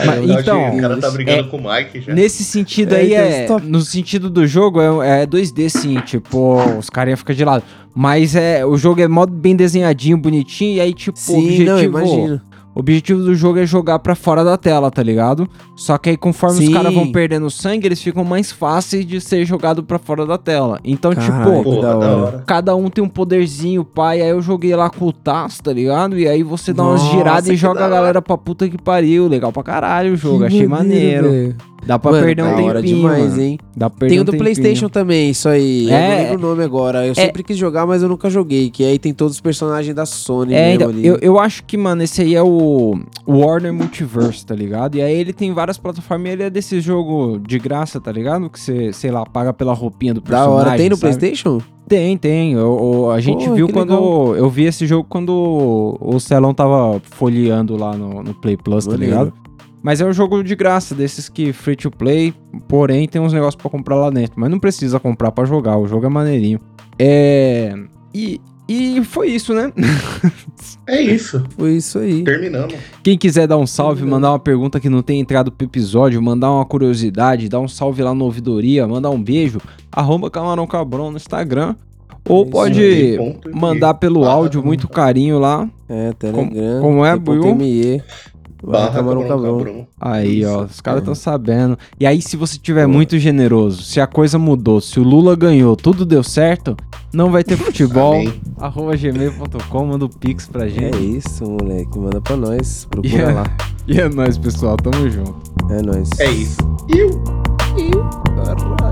Speaker 1: acho que
Speaker 2: então,
Speaker 1: o cara tá brigando
Speaker 2: é-
Speaker 1: com o Mike já.
Speaker 2: nesse sentido
Speaker 3: É,
Speaker 2: aí,
Speaker 3: então,
Speaker 2: é,
Speaker 3: stop.
Speaker 2: no sentido do jogo, é, é 2D sim, tipo, os caras ficam de lado. Mas é, o jogo é mó bem desenhadinho, bonitinho, e aí, tipo, o
Speaker 3: Sim,
Speaker 2: objetivo...
Speaker 3: não, imagino.
Speaker 2: O objetivo do jogo é jogar pra fora da tela, tá ligado? Só que aí conforme os
Speaker 3: Sim.
Speaker 2: caras vão perdendo sangue, eles ficam mais fáceis de ser jogado pra fora da tela. Então,
Speaker 3: Caralho.
Speaker 2: tipo,
Speaker 1: Porra,
Speaker 3: da
Speaker 1: da hora.
Speaker 2: cada um tem um poderzinho, pai. Aí eu joguei lá com o Taço, tá ligado? E aí você dá umas
Speaker 3: Nossa,
Speaker 2: giradas e
Speaker 1: que
Speaker 2: joga a
Speaker 1: da hora.
Speaker 2: galera pra puta que pariu. Legal pra caralho o jogo, achei maneiro. Dá pra perder um
Speaker 3: da
Speaker 2: tempinho,
Speaker 3: hora demais,
Speaker 2: mano.
Speaker 3: hein?
Speaker 2: Dá pra perder
Speaker 3: Tem o
Speaker 2: um
Speaker 3: do
Speaker 2: tempinho.
Speaker 3: PlayStation também, isso aí.
Speaker 2: É.
Speaker 3: Eu não lembro o nome agora. Eu sempre quis jogar, mas eu nunca joguei. Que aí tem todos os personagens da Sony
Speaker 2: É,
Speaker 3: mesmo
Speaker 2: então,
Speaker 3: ali.
Speaker 2: eu, eu acho que, mano, esse aí é o Warner Multiverse, tá ligado? E aí ele tem várias plataformas e ele é desse jogo de graça, tá ligado? Que você, sei lá, paga pela roupinha do
Speaker 3: Da
Speaker 2: personagem.
Speaker 3: hora. Tem no
Speaker 2: sabe?
Speaker 3: PlayStation?
Speaker 2: Tem, tem. Eu- eu- a gente
Speaker 3: Pô,
Speaker 2: viu
Speaker 3: que
Speaker 2: quando.
Speaker 3: legal.
Speaker 2: Eu vi esse jogo quando o- o Celão tava folheando lá no, no Play Plus, tá
Speaker 3: Maneiro.
Speaker 2: ligado? Mas é um jogo de graça, desses que free to play, porém tem uns negócios pra comprar lá dentro. Mas não precisa comprar pra jogar, o jogo é maneirinho. É. E, e foi isso, né?
Speaker 1: É isso,
Speaker 3: Foi isso aí.
Speaker 1: terminamos.
Speaker 2: Quem quiser dar um salve, mandar uma pergunta que não tem entrado pro episódio, mandar uma curiosidade, dar um salve lá no ouvidoria, mandar um beijo, arroba Camarão Cabrão no Instagram. Ou
Speaker 3: É Isso
Speaker 2: pode
Speaker 1: Tem ponto e-
Speaker 2: mandar pelo
Speaker 1: Ah,
Speaker 2: áudio, muito carinho lá.
Speaker 3: É, Telegram.
Speaker 2: Como é,
Speaker 3: Apple
Speaker 2: Buiu?
Speaker 3: TME.
Speaker 1: Barra
Speaker 3: Camarão
Speaker 1: Camarão
Speaker 3: Cabrão.
Speaker 1: Cabrão.
Speaker 2: Aí,
Speaker 1: Isso.
Speaker 2: ó, os caras
Speaker 3: é.
Speaker 2: estão sabendo. E aí, se você tiver muito generoso, se a coisa mudou, se o Lula ganhou, tudo deu certo, não vai ter futebol.
Speaker 1: Amém.
Speaker 2: arroba gmail.com, manda o pix pra
Speaker 3: É
Speaker 2: gente.
Speaker 3: isso, moleque. Manda pra nós. Procura
Speaker 2: Yeah.
Speaker 3: lá.
Speaker 2: E é nóis, pessoal. Tamo junto.
Speaker 3: É nóis.
Speaker 1: É isso. E o
Speaker 3: Caralho.